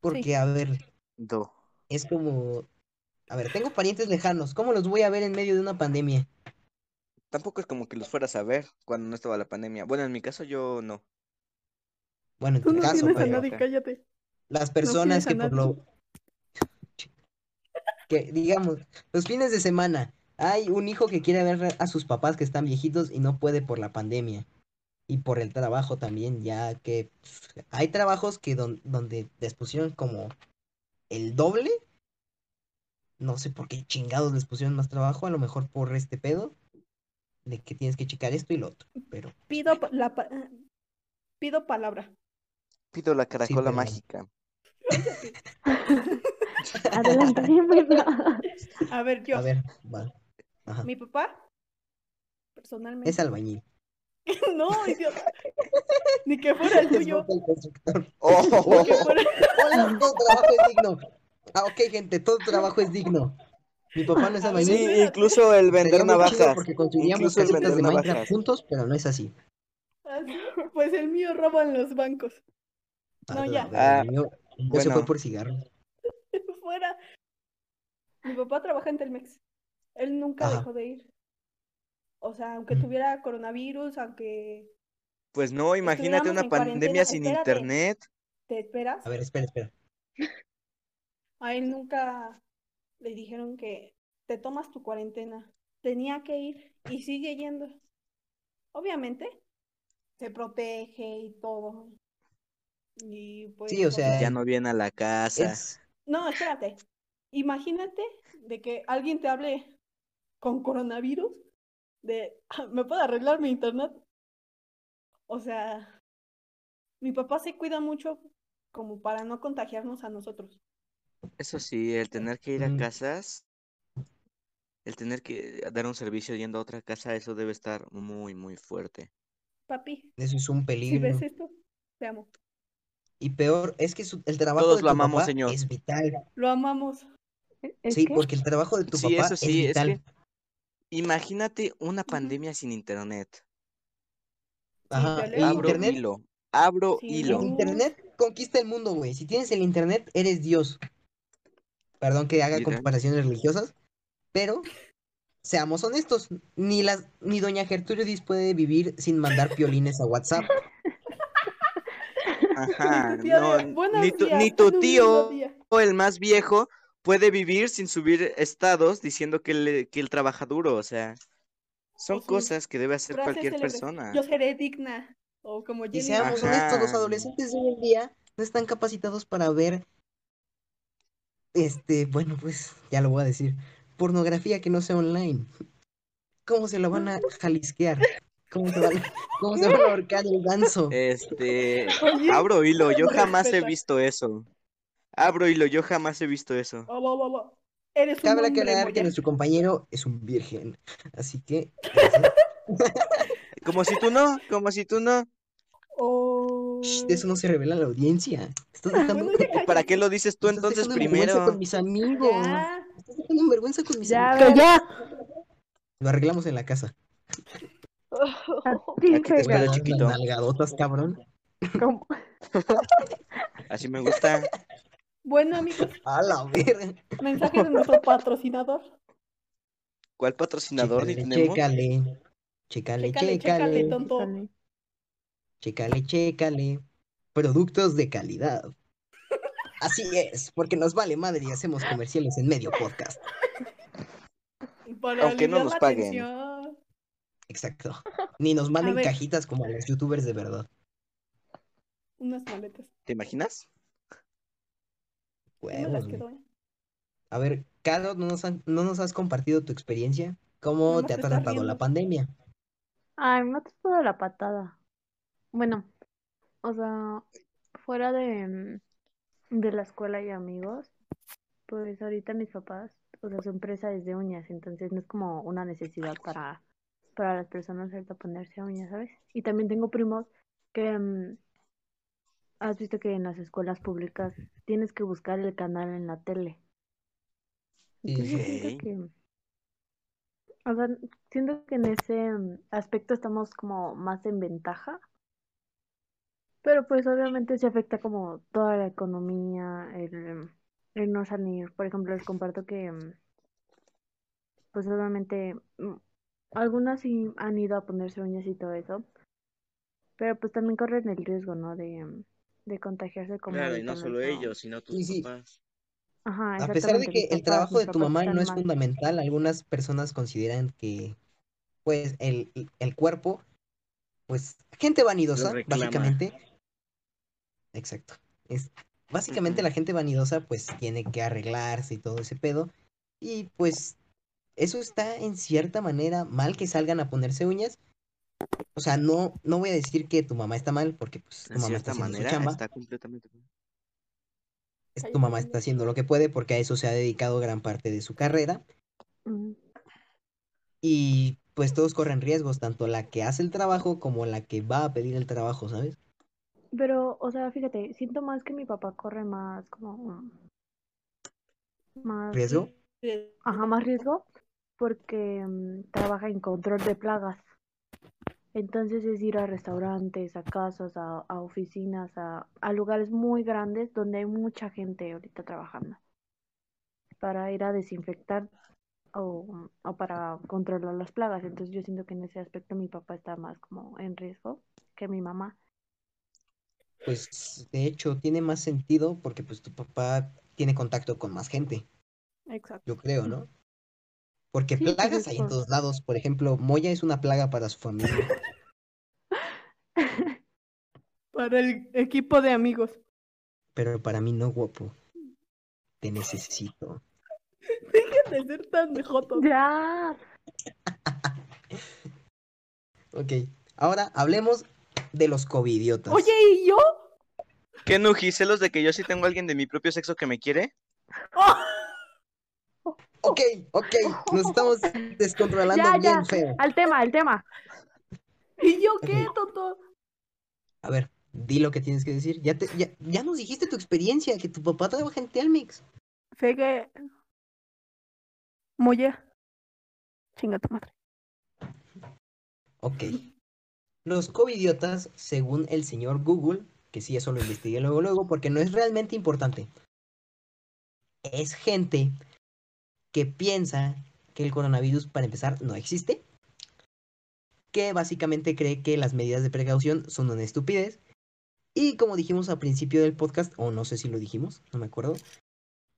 Speaker 1: Porque, a ver,
Speaker 2: Do.
Speaker 1: es como... A ver, tengo parientes lejanos, ¿cómo los voy a ver en medio de una pandemia?
Speaker 2: Tampoco es como que los fueras a ver cuando no estaba la pandemia. Bueno, en mi caso yo no.
Speaker 1: Bueno, en
Speaker 4: Tú
Speaker 1: tu
Speaker 4: no
Speaker 1: caso,
Speaker 4: tienes a
Speaker 1: pero
Speaker 4: nadie, cállate.
Speaker 1: las personas
Speaker 4: tienes a
Speaker 1: que por
Speaker 4: nadie.
Speaker 1: lo... Que digamos, los fines de semana hay un hijo que quiere ver a sus papás que están viejitos y no puede por la pandemia. Y por el trabajo también, ya que pf, hay trabajos que don- donde les pusieron como el doble. No sé por qué chingados les pusieron más trabajo, a lo mejor por este pedo de que tienes que checar esto y lo otro. Pero
Speaker 4: Pido pa- la pa- pido palabra.
Speaker 2: Pido la caracola
Speaker 1: perdón.
Speaker 2: mágica.
Speaker 5: Adelante, bienvenida.
Speaker 4: A ver, yo,
Speaker 1: a ver, va. Ajá.
Speaker 4: mi papá,
Speaker 1: Es
Speaker 4: personalmente.
Speaker 1: albañil.
Speaker 4: No, idiota. Ni que fuera el
Speaker 1: Es
Speaker 4: tuyo.
Speaker 1: Bob el constructor.
Speaker 2: ¡Oh!
Speaker 4: Ni que fuera-
Speaker 1: Hola, todo trabajo es digno. Ah, ok, gente, todo trabajo es digno. Mi papá no es
Speaker 4: A ver,
Speaker 1: albañil.
Speaker 2: Sí,
Speaker 4: Espérate.
Speaker 2: incluso el
Speaker 1: Sería muy
Speaker 2: vender
Speaker 1: chido
Speaker 2: navajas.
Speaker 1: Porque construiríamos
Speaker 2: Incluso el
Speaker 1: casitas de
Speaker 2: vender
Speaker 1: Minecraft
Speaker 2: navajas.
Speaker 1: juntos, pero no es así.
Speaker 4: así, Pues el mío roban los bancos. No,
Speaker 1: A la
Speaker 4: ya.
Speaker 1: verga,
Speaker 2: Ah,
Speaker 1: el mío- el mío se
Speaker 2: bueno.
Speaker 1: fue por cigarros.
Speaker 4: Fuera. Mi papá trabaja en Telmex. Él nunca
Speaker 1: Ajá.
Speaker 4: dejó de ir. O sea, aunque
Speaker 1: Mm.
Speaker 4: tuviera coronavirus, aunque
Speaker 2: Pues no, imagínate
Speaker 4: Estuviéramos
Speaker 2: una
Speaker 4: en cuarentena.
Speaker 2: pandemia sin
Speaker 4: Espérate.
Speaker 2: internet.
Speaker 4: te esperas,
Speaker 1: A ver, espera, espera.
Speaker 4: a él nunca le dijeron que te tomas tu cuarentena. Tenía que ir y sigue yendo. Obviamente, se protege y todo. Y pues,
Speaker 1: Sí, o sea,
Speaker 2: Ya no viene a la casa.
Speaker 1: Es,
Speaker 4: No, espérate. Imagínate de que alguien te hable con coronavirus, de, "Ah, ¿me puedo arreglar mi internet? O sea, mi papá se cuida mucho como para no contagiarnos a nosotros.
Speaker 2: Eso sí, el tener que ir a
Speaker 1: Mm.
Speaker 2: casas, el tener que dar un servicio yendo a otra casa, eso debe estar muy, muy fuerte.
Speaker 4: Papi,
Speaker 1: eso es un
Speaker 4: si
Speaker 1: peligro.
Speaker 4: ves esto, te amo.
Speaker 1: Y peor, es que su- el trabajo
Speaker 2: Todos
Speaker 1: de
Speaker 2: lo
Speaker 1: tu
Speaker 2: amamos,
Speaker 1: papá
Speaker 2: señor.
Speaker 1: es vital.
Speaker 4: Lo amamos.
Speaker 5: ¿Es
Speaker 1: Sí, pues,
Speaker 5: que?
Speaker 1: porque el trabajo de tu
Speaker 2: Sí,
Speaker 1: papá
Speaker 2: eso
Speaker 1: es
Speaker 2: sí, es
Speaker 1: vital.
Speaker 2: que imagínate una
Speaker 4: Ujú.
Speaker 2: pandemia sin internet.
Speaker 1: Ajá, el
Speaker 4: te leo.
Speaker 2: Abro
Speaker 1: internet,
Speaker 2: hilo, abro
Speaker 4: Sí,
Speaker 1: el
Speaker 2: hilo.
Speaker 4: no.
Speaker 1: internet conquista el mundo, güey. Si tienes el internet, eres Dios. Perdón que haga
Speaker 2: Literal.
Speaker 1: comparaciones religiosas, pero seamos honestos, ni las ni doña Gertrudis puede vivir sin mandar piolines a WhatsApp.
Speaker 2: Ajá,
Speaker 4: Y tu tía de,
Speaker 2: no,
Speaker 4: "Buenos
Speaker 2: ni tu,
Speaker 4: días,
Speaker 2: Ah, ni tu
Speaker 4: ten un
Speaker 2: tío,
Speaker 4: lindo día".
Speaker 2: el más viejo, puede vivir sin subir estados diciendo que él, que él trabaja duro, o sea, son
Speaker 4: O sus
Speaker 2: cosas que debe hacer
Speaker 4: frases
Speaker 2: cualquier
Speaker 4: célebres,
Speaker 2: persona.
Speaker 4: Yo seré digna. O como
Speaker 1: Y
Speaker 4: Jenny.
Speaker 1: seamos
Speaker 2: Ajá.
Speaker 1: honestos, los adolescentes de hoy en día no están capacitados para ver, este, bueno, pues ya lo voy a decir, pornografía que no sea online. ¿Cómo se lo van a jalisquear? ¿Cómo se van, cómo se van a ahorcar el ganso?
Speaker 2: Este,
Speaker 4: Oye,
Speaker 2: abro hilo, yo
Speaker 4: no me
Speaker 2: jamás he
Speaker 4: respeta.
Speaker 2: visto eso. Abro hilo, yo jamás he visto eso.
Speaker 4: oh, oh, oh, oh. Eres un
Speaker 1: Cabe
Speaker 4: hombre,
Speaker 1: aclarar que
Speaker 4: Moya.
Speaker 1: nuestro compañero es un virgen, así que... eso,
Speaker 2: Como si tú no, como si tú no.
Speaker 4: Oh.
Speaker 1: shh, de eso no se revela a la audiencia. Estás dejando,
Speaker 4: Ah, Bueno, ya
Speaker 2: ¿Para
Speaker 4: cállate.
Speaker 2: qué lo dices tú
Speaker 1: estás
Speaker 2: entonces
Speaker 1: dejando en vergüenza
Speaker 2: primero?
Speaker 1: con mis amigos.
Speaker 4: Ya.
Speaker 1: Estás dejando en vergüenza con mis
Speaker 3: Ya,
Speaker 1: amigos.
Speaker 5: ¡Que ya!
Speaker 1: Lo arreglamos en la casa.
Speaker 5: A ti,
Speaker 2: Aquí te espero,
Speaker 5: pega.
Speaker 1: Las
Speaker 2: chiquito.
Speaker 1: nalgadotas, cabrón.
Speaker 5: Como-
Speaker 2: Así me gusta.
Speaker 4: Bueno, amigos,
Speaker 1: A la verga.
Speaker 4: mensaje de nuestro patrocinador.
Speaker 2: ¿Cuál patrocinador ni tenemos?
Speaker 1: Chécale, chécale,
Speaker 4: Chécale, chécale,
Speaker 1: chécale,
Speaker 4: tonto.
Speaker 1: chécale, chécale. Productos de calidad. Así es, porque nos vale madre y hacemos comerciales en medio podcast.
Speaker 4: Para
Speaker 2: Aunque no
Speaker 4: aliviar
Speaker 2: nos
Speaker 4: la
Speaker 2: paguen.
Speaker 4: tensión.
Speaker 1: Exacto. Ni nos manden
Speaker 4: ver.
Speaker 1: cajitas como a los youtubers de verdad.
Speaker 4: Unas maletas.
Speaker 2: ¿Te imaginas?
Speaker 4: Yo me las
Speaker 1: Huevos, güey.
Speaker 4: quedo, ¿eh?
Speaker 1: A ver, Caro, ¿no nos, han- no nos has compartido tu experiencia? ¿Cómo
Speaker 4: Nomás
Speaker 1: te ha
Speaker 4: te estás
Speaker 1: tratado la
Speaker 4: riendo.
Speaker 1: pandemia?
Speaker 5: Ay, me ha tratado la patada. Bueno, o sea, fuera de, mm, de la escuela y amigos, pues ahorita mis papás, o sea, su empresa es de uñas, entonces no es como una necesidad para, para las personas ahorita ponerse uñas, ¿sabes? Y también tengo primos que, mm, has visto que en las escuelas públicas tienes que buscar el canal en la tele.
Speaker 1: Sí, sí,
Speaker 5: Entonces
Speaker 1: sí.
Speaker 5: Pues siento
Speaker 2: Ok.
Speaker 5: que... O sea, siento que en ese mm, aspecto estamos como más en ventaja. Pero pues obviamente se afecta como toda la economía, el, el no salir. Por ejemplo, les comparto que mm, pues obviamente mm, algunas sí han ido a ponerse uñas y todo eso. Pero pues también corren el riesgo, ¿no? De, mm, de contagiarse como
Speaker 2: Claro, y
Speaker 5: ahorita
Speaker 2: no solo
Speaker 5: nuestro-
Speaker 2: ellos, sino
Speaker 1: Y
Speaker 2: tus
Speaker 1: sí.
Speaker 2: papás.
Speaker 5: Ajá,
Speaker 1: A pesar de
Speaker 5: exactamente,
Speaker 1: Ah, que
Speaker 5: mis
Speaker 1: el
Speaker 5: papás,
Speaker 1: trabajo
Speaker 5: mis
Speaker 1: de tu
Speaker 5: papás
Speaker 1: mamá
Speaker 5: están
Speaker 1: no es
Speaker 5: más-
Speaker 1: fundamental, algunas personas consideran que, pues, el, el cuerpo, pues, gente
Speaker 2: Lo
Speaker 1: vanidosa,
Speaker 2: reclama.
Speaker 1: básicamente. Exacto. Es, básicamente
Speaker 2: Ujú.
Speaker 1: la gente vanidosa, pues, tiene que arreglarse y todo ese pedo. Y, pues, eso está en cierta manera mal que salgan a ponerse uñas. O sea, no, no voy a decir que tu mamá está mal, porque, pues, tu
Speaker 2: De
Speaker 1: mamá está
Speaker 2: cierta
Speaker 1: haciendo su
Speaker 2: manera,
Speaker 1: chamba.
Speaker 2: está completamente.
Speaker 1: es- Tu
Speaker 4: Cállate,
Speaker 1: mamá
Speaker 4: niña.
Speaker 1: está haciendo lo que puede porque a eso se ha dedicado gran parte de su carrera.
Speaker 5: Mm,
Speaker 1: Y pues todos corren riesgos, tanto la que hace el trabajo como la que va a pedir el trabajo, ¿sabes?
Speaker 5: Pero, o sea, fíjate, siento más que mi papá corre más como... mm, Más...
Speaker 1: ¿Riesgo?
Speaker 4: Sí.
Speaker 5: Ajá, más riesgo porque mm, trabaja en control de plagas. Entonces es ir a restaurantes, a casas, a, a oficinas, a, a lugares muy grandes donde hay mucha gente ahorita trabajando para ir a desinfectar o, o para controlar las plagas. Entonces yo siento que en ese aspecto mi papá está más como en riesgo que mi mamá.
Speaker 1: Pues de hecho tiene más sentido porque pues tu papá tiene contacto con más gente,
Speaker 4: Exacto.
Speaker 1: yo creo, ¿no? Porque
Speaker 5: Sí, pues,
Speaker 1: plagas
Speaker 5: es
Speaker 1: hay en
Speaker 5: por-
Speaker 1: todos lados, por ejemplo, Moya es una plaga para su familia.
Speaker 4: Para el equipo de amigos.
Speaker 1: Pero para mí no, guapo. Te necesito.
Speaker 4: Dejen de ser tan jotos.
Speaker 5: Ya,
Speaker 1: Ok, ahora hablemos de los covidiotas.
Speaker 4: Oye, ¿y yo?
Speaker 2: ¿Qué nujicelos de que yo sí tengo a alguien de mi propio sexo que me quiere?
Speaker 4: ¡Oh!
Speaker 1: Ok, ok, nos estamos descontrolando
Speaker 5: ya,
Speaker 1: bien
Speaker 5: ya.
Speaker 1: feo.
Speaker 5: Al tema, al tema.
Speaker 4: ¿Y yo qué,
Speaker 1: Ok.
Speaker 4: tonto?
Speaker 1: A ver, di lo que tienes que decir. Ya, te- ya, ya nos dijiste tu experiencia, que tu papá trabaja en Telmex.
Speaker 4: Sé que. Moya. Chinga tu madre.
Speaker 1: Ok. Los covidiotas, según el señor Google, que sí, eso lo investigué luego, luego, porque no es realmente importante. Es gente que piensa que el coronavirus, para empezar, no existe. Que básicamente cree que las medidas de precaución son una estupidez. Y como dijimos al principio del podcast, o no sé si lo dijimos, no me acuerdo,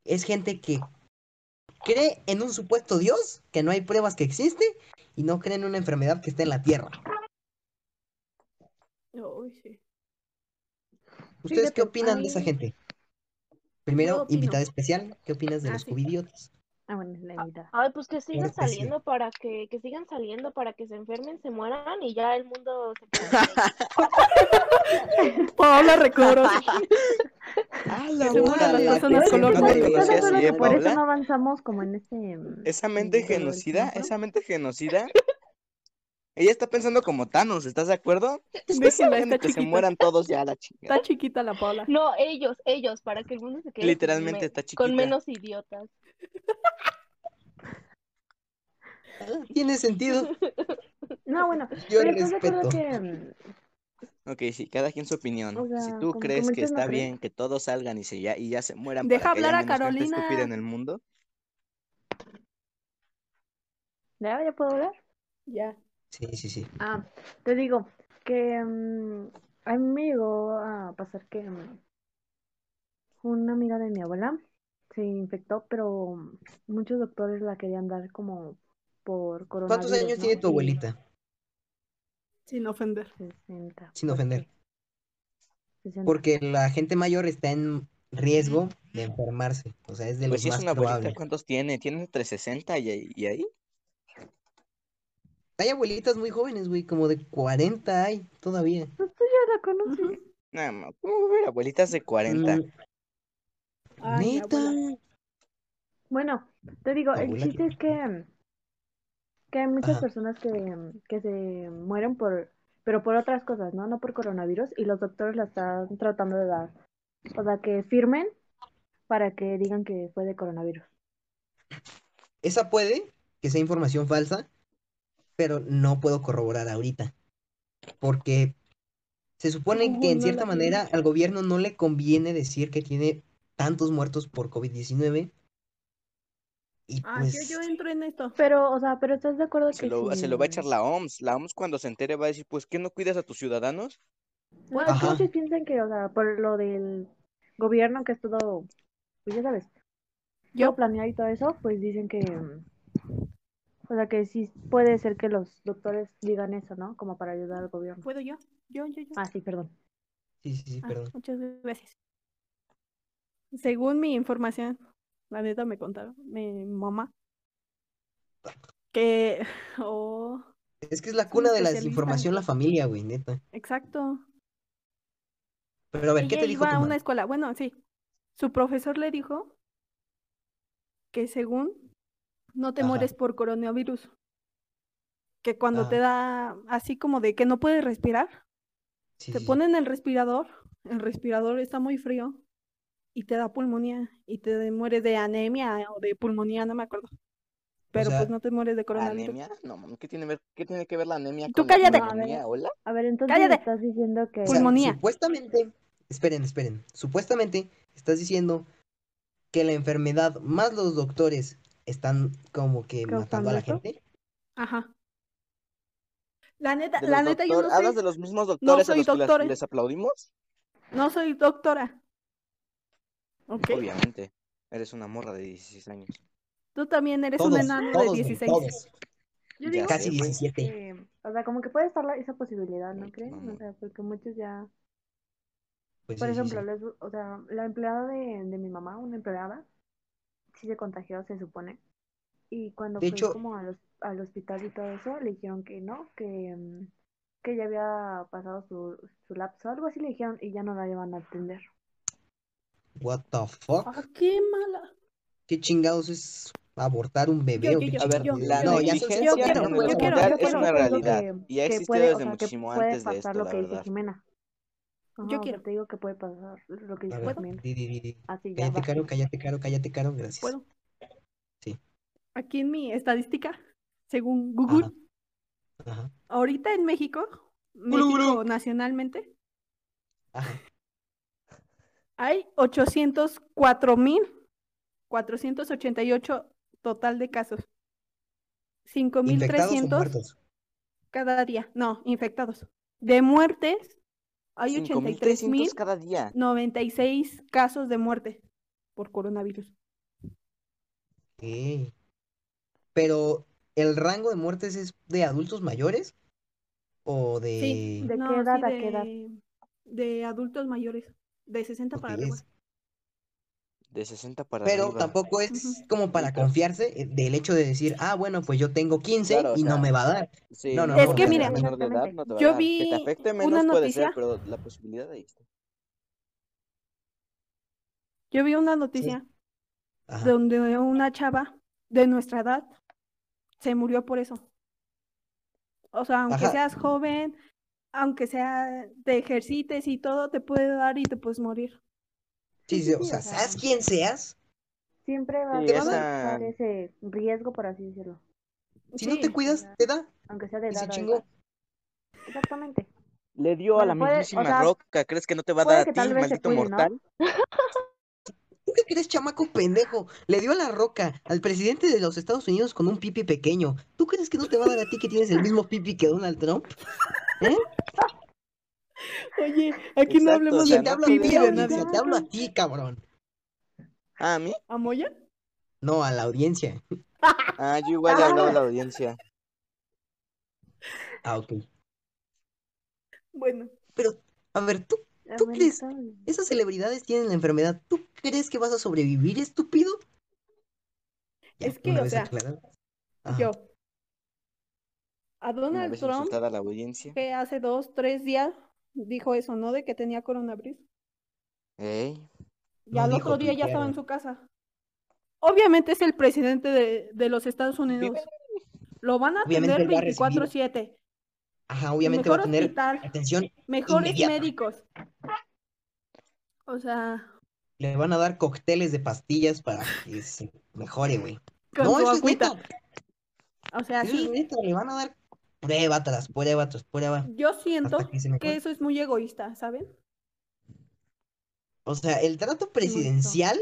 Speaker 1: es gente que Cree en un supuesto Dios que no hay pruebas que existe y no cree en una enfermedad que está en la Tierra.
Speaker 4: Uy, sí.
Speaker 1: ¿Ustedes
Speaker 5: Fíjate,
Speaker 1: qué opinan de esa
Speaker 5: ay.
Speaker 1: gente? Primero,
Speaker 4: opino.
Speaker 1: invitada especial, ¿qué opinas de
Speaker 4: Ah,
Speaker 1: los
Speaker 4: sí.
Speaker 1: cubidios?
Speaker 5: Ah, bueno, es la mitad.
Speaker 3: Ay, pues que sigan
Speaker 1: Claro que sí.
Speaker 3: saliendo para que, que sigan saliendo para que se enfermen, se mueran y ya el mundo se
Speaker 4: Paola Recobrosa.
Speaker 1: ¡Ah,
Speaker 4: Que se mueran las personas color
Speaker 2: No te conocí
Speaker 5: Pero Pues, entonces,
Speaker 2: así, ¿eh,
Speaker 5: Por eso no
Speaker 2: Paola?
Speaker 5: avanzamos como en ese... mm,
Speaker 2: Esa mente
Speaker 5: en todo el
Speaker 2: genocida,
Speaker 5: tiempo.
Speaker 2: esa mente genocida. Ella está pensando como Thanos, ¿estás de acuerdo? Estoy
Speaker 4: Déjenla,
Speaker 2: diciendo
Speaker 4: está
Speaker 2: que se
Speaker 4: chiquita.
Speaker 2: mueran todos ya a la chingada.
Speaker 4: Está chiquita la Paola.
Speaker 3: No, ellos, ellos, para que el mundo se quede sin
Speaker 2: Literalmente
Speaker 3: me-
Speaker 2: está chiquita.
Speaker 3: con menos idiotas.
Speaker 1: Tiene sentido.
Speaker 5: No, bueno,
Speaker 1: Yo
Speaker 5: pero estás de acuerdo
Speaker 1: respeto.
Speaker 5: que... mm,
Speaker 2: Ok, sí, cada quien su opinión.
Speaker 5: O sea,
Speaker 2: si tú
Speaker 5: como que
Speaker 2: crees que
Speaker 5: muchos no
Speaker 2: está
Speaker 5: creen.
Speaker 2: bien que todos salgan y se ya y ya se mueran
Speaker 4: Deja
Speaker 2: para que haya
Speaker 4: hablar a
Speaker 2: menos gente estúpida
Speaker 4: Carolina.
Speaker 2: en el mundo,
Speaker 5: ¿Ya, ya puedo hablar?
Speaker 4: Ya.
Speaker 1: Sí, sí, sí.
Speaker 5: Ah, te digo que mm, a mí me llegó a pasar que mm, una amiga de mi abuela se infectó, pero mm, muchos doctores la querían dar como por coronavirus.
Speaker 1: ¿Cuántos años
Speaker 5: ¿no?
Speaker 1: tiene tu
Speaker 5: Y
Speaker 1: abuelita?
Speaker 4: Sin ofender.
Speaker 5: 60,
Speaker 1: Sin
Speaker 5: porque-
Speaker 1: ofender.
Speaker 5: 60.
Speaker 1: Porque la gente mayor está en riesgo de enfermarse. O sea, es de los
Speaker 2: pues si es
Speaker 1: más
Speaker 2: una abuelita,
Speaker 1: probables.
Speaker 2: ¿cuántos tiene? Tiene entre 60 y, ahí- y ahí.
Speaker 1: Hay abuelitas muy jóvenes, güey, como de 40 hay todavía.
Speaker 5: Pues tú ya la conoces.
Speaker 2: Nada más, ¿cómo va a haber abuelitas de 40?
Speaker 1: Mm,
Speaker 4: Ay,
Speaker 1: Neta.
Speaker 4: abuela.
Speaker 5: Bueno, te digo,
Speaker 1: Tu
Speaker 5: el
Speaker 1: abuela
Speaker 5: chiste
Speaker 1: que-
Speaker 5: es que, mm, que hay muchas
Speaker 1: Ajá.
Speaker 5: personas que, mm, que se mueren por, pero por otras cosas, ¿no? No por coronavirus y los doctores la están tratando de dar. O sea, que firmen para que digan que fue de coronavirus.
Speaker 1: Esa puede que sea información falsa, pero no puedo corroborar ahorita. Porque se supone
Speaker 4: Ujú,
Speaker 1: que en
Speaker 4: no
Speaker 1: cierta
Speaker 4: la
Speaker 1: manera al gobierno no le conviene decir que tiene tantos muertos por COVID-19. Y
Speaker 4: Ah,
Speaker 1: pues,
Speaker 4: yo, yo entro en esto.
Speaker 5: Pero, o sea, pero estás de acuerdo
Speaker 2: Se
Speaker 5: que
Speaker 2: lo,
Speaker 5: si,
Speaker 2: se lo va a echar la OMS. La OMS cuando se entere va a decir, pues, ¿qué no cuidas a tus ciudadanos?
Speaker 5: No, es que
Speaker 1: Ajá.
Speaker 5: muchos piensan que, o sea, por lo del gobierno que es todo, pues ya sabes,
Speaker 4: Yo.
Speaker 5: todo planeado y todo eso, pues dicen que, mm, o sea, que sí puede ser que los doctores digan eso, ¿no? Como para ayudar al gobierno.
Speaker 4: ¿Puedo yo? Yo, yo, yo.
Speaker 5: Ah, sí, perdón.
Speaker 1: sí, sí, sí,
Speaker 4: Ah,
Speaker 1: perdón.
Speaker 4: muchas gracias. Según mi información, la neta me contaron, mi mamá, que... Oh,
Speaker 1: Es que es la cuna de la
Speaker 4: especialista.
Speaker 1: desinformación la familia, güey, neta.
Speaker 4: exacto.
Speaker 1: Pero a ver, ¿qué
Speaker 4: Ella
Speaker 1: te dijo
Speaker 4: iba
Speaker 1: tu
Speaker 4: a
Speaker 1: mamá?
Speaker 4: una escuela. Bueno, sí. Su profesor le dijo que según no te
Speaker 1: Ajá.
Speaker 4: mueres por coronavirus, que cuando
Speaker 1: Ah.
Speaker 4: te da así como de que no puedes respirar,
Speaker 1: Sí,
Speaker 4: te
Speaker 1: sí, sí.
Speaker 4: ponen el respirador, el respirador está muy frío y te da pulmonía y te mueres de anemia o de pulmonía, no me acuerdo. Pero
Speaker 1: sea,
Speaker 4: pues no te mueres de coronavirus.
Speaker 2: ¿Anemia? No, mami, ¿qué tiene, ver- qué tiene que ver la anemia
Speaker 4: Tú
Speaker 2: con la
Speaker 4: cállate.
Speaker 2: pulmonía? ¿Hola?
Speaker 5: A ver, entonces
Speaker 4: ¡Cállate!
Speaker 5: estás diciendo que...
Speaker 1: O sea,
Speaker 4: Pulmonía.
Speaker 1: supuestamente, esperen, esperen, supuestamente estás diciendo que la enfermedad más los doctores están como que matando
Speaker 5: ¿Causando
Speaker 1: a la
Speaker 5: eso?
Speaker 1: gente.
Speaker 4: Ajá. La neta,
Speaker 2: De
Speaker 4: la
Speaker 2: los
Speaker 4: neta yo no
Speaker 2: doctor- ¿Hablas
Speaker 4: soy,
Speaker 2: de los mismos doctores a
Speaker 4: soy
Speaker 2: los que las-
Speaker 4: doctora.
Speaker 2: les aplaudimos?
Speaker 4: no soy doctora. ¿Ok?
Speaker 2: Obviamente. Eres una morra de 16 años.
Speaker 4: Tú también eres un
Speaker 1: Todos,
Speaker 4: enano
Speaker 1: todos,
Speaker 4: de
Speaker 1: güey,
Speaker 4: 16.
Speaker 1: todos.
Speaker 5: Yo
Speaker 2: Ya
Speaker 5: digo
Speaker 1: Casi
Speaker 2: sé, pues.
Speaker 1: 17.
Speaker 5: que, o sea, como que puede estar la- esa posibilidad, ¿no
Speaker 2: Ay,
Speaker 5: creen?
Speaker 2: mamá.
Speaker 5: O sea, porque muchos ya,
Speaker 1: Pues
Speaker 5: por
Speaker 1: sí, sí,
Speaker 5: ejemplo,
Speaker 1: sí.
Speaker 5: les- o sea, la empleada de, de mi mamá, una empleada, sí se contagió, se supone. Y cuando
Speaker 1: De
Speaker 5: fue
Speaker 1: hecho-
Speaker 5: como a los- al hospital y todo eso, le dijeron que no, que, mm, que ya había pasado su, su lapso, algo así le dijeron y ya no la iban a atender.
Speaker 1: What the fuck?
Speaker 4: Ah, qué mala.
Speaker 1: ¿Qué chingados es abortar un bebé
Speaker 4: Yo,
Speaker 1: o qué
Speaker 4: yo, yo,
Speaker 2: A ver,
Speaker 1: chingados?
Speaker 2: la
Speaker 1: no, ya son
Speaker 2: negligencia
Speaker 4: quiero,
Speaker 2: en
Speaker 4: yo
Speaker 2: la
Speaker 4: quiero,
Speaker 2: sociedad
Speaker 4: yo
Speaker 2: es
Speaker 4: quiero.
Speaker 2: una
Speaker 5: Te digo
Speaker 2: realidad
Speaker 5: que-
Speaker 2: y ha
Speaker 5: que
Speaker 2: existido
Speaker 5: puede, o
Speaker 2: desde
Speaker 5: sea, que
Speaker 2: muchísimo
Speaker 5: puede
Speaker 2: antes de
Speaker 5: pasar
Speaker 2: esto,
Speaker 5: lo
Speaker 2: la
Speaker 5: que dice
Speaker 2: verdad.
Speaker 5: Jimena. Ajá,
Speaker 4: Yo
Speaker 5: o sea,
Speaker 4: quiero.
Speaker 5: te digo que puede pasar lo que
Speaker 1: A
Speaker 5: dice
Speaker 1: ver,
Speaker 5: Jimena.
Speaker 1: di, di, di, di.
Speaker 5: Así ya
Speaker 1: cállate
Speaker 5: va.
Speaker 1: caro, cállate caro, cállate caro, gracias.
Speaker 4: ¿Puedo?
Speaker 1: Sí.
Speaker 4: Aquí en mi estadística, según Google,
Speaker 1: Ajá. Ajá.
Speaker 4: ahorita en México,
Speaker 1: Ulu, ulu.
Speaker 4: México nacionalmente,
Speaker 1: Ajá.
Speaker 4: hay 804.488 total de casos.
Speaker 1: ¿Infectados o
Speaker 4: 5.300
Speaker 1: muertos?
Speaker 4: cada día. No, infectados. De muertes, hay
Speaker 2: 5.300 cada día.
Speaker 4: 93.096 casos de muerte por coronavirus.
Speaker 1: Ok. Pero, ¿el rango de muertes es de adultos mayores? ¿O de...?
Speaker 4: Sí,
Speaker 5: ¿De qué
Speaker 4: No, sí,
Speaker 5: edad a qué
Speaker 4: de-
Speaker 5: edad?
Speaker 4: De adultos mayores, de 60 para
Speaker 1: Ok,
Speaker 4: arriba.
Speaker 1: es-
Speaker 2: De 60 para
Speaker 1: Pero
Speaker 2: arriba.
Speaker 1: tampoco es
Speaker 4: Ujú.
Speaker 1: como para
Speaker 2: Sí, claro.
Speaker 1: confiarse eh, del hecho de decir, ah, bueno, pues yo tengo 15
Speaker 2: Claro, o
Speaker 1: y no
Speaker 2: sea,
Speaker 1: me va a dar.
Speaker 2: Sí,
Speaker 1: No, no,
Speaker 2: no,
Speaker 1: no,
Speaker 2: porque
Speaker 1: es que mira,
Speaker 2: seas menor de edad
Speaker 5: exactamente.
Speaker 2: no te va a
Speaker 4: Yo
Speaker 2: dar. Que te
Speaker 4: vi
Speaker 2: afecte
Speaker 4: una
Speaker 2: menos puede ser,
Speaker 4: noticia.
Speaker 2: pero la posibilidad ahí está.
Speaker 4: Yo vi una noticia
Speaker 1: Ajá.
Speaker 4: donde una chava de nuestra edad se murió por eso. O sea, aunque
Speaker 1: Ajá.
Speaker 4: seas joven, aunque sea te ejercites y todo, te puede dar y te puedes morir.
Speaker 1: Sí, sí, o sea, seas quien seas,
Speaker 5: Siempre va
Speaker 2: Sí,
Speaker 5: a
Speaker 2: esa-
Speaker 5: estar ese riesgo, por así decirlo.
Speaker 1: si no te
Speaker 4: Sí.
Speaker 1: cuidas, te da.
Speaker 5: Aunque sea de
Speaker 1: Y se
Speaker 5: edad. a edad.
Speaker 1: chingó.
Speaker 5: Exactamente.
Speaker 2: Le dio a
Speaker 5: Bueno,
Speaker 2: la
Speaker 5: puede- o
Speaker 2: mismísima
Speaker 5: sea,
Speaker 2: roca. ¿Crees que no te va a
Speaker 5: puede
Speaker 2: dar
Speaker 5: que
Speaker 2: a
Speaker 5: tal
Speaker 2: ti,
Speaker 5: vez se
Speaker 2: maldito
Speaker 5: cuide, ¿no?
Speaker 2: mortal?
Speaker 1: ¿Tú qué crees, chamaco pendejo? Le dio a la roca al presidente de los Estados Unidos con un pipi pequeño. ¿Tú crees que no te va a dar a ti que tienes el mismo pipi que Donald Trump? ¿Eh?
Speaker 4: Oye, aquí
Speaker 2: Exacto,
Speaker 4: no
Speaker 2: o
Speaker 4: hablemos
Speaker 2: sea,
Speaker 1: Y te
Speaker 4: de
Speaker 2: no
Speaker 1: hablo a
Speaker 4: pipí
Speaker 1: ti,
Speaker 4: de
Speaker 5: cuidas,
Speaker 4: nadie.
Speaker 1: audiencia, te hablo a ti, cabrón.
Speaker 2: Ah, ¿A mí?
Speaker 4: ¿A Moya?
Speaker 1: No, a la audiencia.
Speaker 2: Ah, yo igual le hablaba a la audiencia.
Speaker 1: Ah, ok.
Speaker 4: Bueno,
Speaker 1: A ver, ¿tú,
Speaker 5: Ah,
Speaker 1: ¿tú
Speaker 5: bueno,
Speaker 1: crees?
Speaker 5: está bien.
Speaker 1: Esas celebridades tienen la enfermedad. ¿Tú crees que vas a sobrevivir, estúpido? Ya,
Speaker 4: Es que,
Speaker 1: una
Speaker 4: o
Speaker 1: vez
Speaker 4: sea,
Speaker 1: aclarado. Ajá.
Speaker 4: yo. A
Speaker 2: Una
Speaker 4: Donald
Speaker 2: vez
Speaker 4: Trump,
Speaker 2: insultada a la audiencia.
Speaker 4: que hace dos, tres días dijo eso, ¿no? De que tenía coronavirus.
Speaker 2: Ey,
Speaker 4: Y
Speaker 1: No
Speaker 4: al
Speaker 1: dijo,
Speaker 4: otro día ya estaba
Speaker 1: tuitearon.
Speaker 4: en su casa. Obviamente es el presidente de, de los Estados Unidos. Lo van a
Speaker 1: Obviamente
Speaker 4: atender
Speaker 1: él va a recibir.
Speaker 4: 24/7.
Speaker 1: Ajá, obviamente va
Speaker 4: Mejor
Speaker 1: a tener
Speaker 4: hospital,
Speaker 1: atención
Speaker 4: mejores
Speaker 1: inmediata.
Speaker 4: médicos. O sea,
Speaker 1: Le van a dar cócteles de pastillas para que se mejore, güey.
Speaker 4: con
Speaker 1: no,
Speaker 4: su
Speaker 1: eso
Speaker 4: agüita.
Speaker 1: es neta.
Speaker 4: O sea,
Speaker 1: Eso es
Speaker 4: sí,
Speaker 1: neta. Le van a dar prueba tras prueba tras prueba
Speaker 4: yo siento
Speaker 1: hasta que se mejore.
Speaker 4: que eso es muy egoísta, ¿saben?
Speaker 1: O sea, el trato presidencial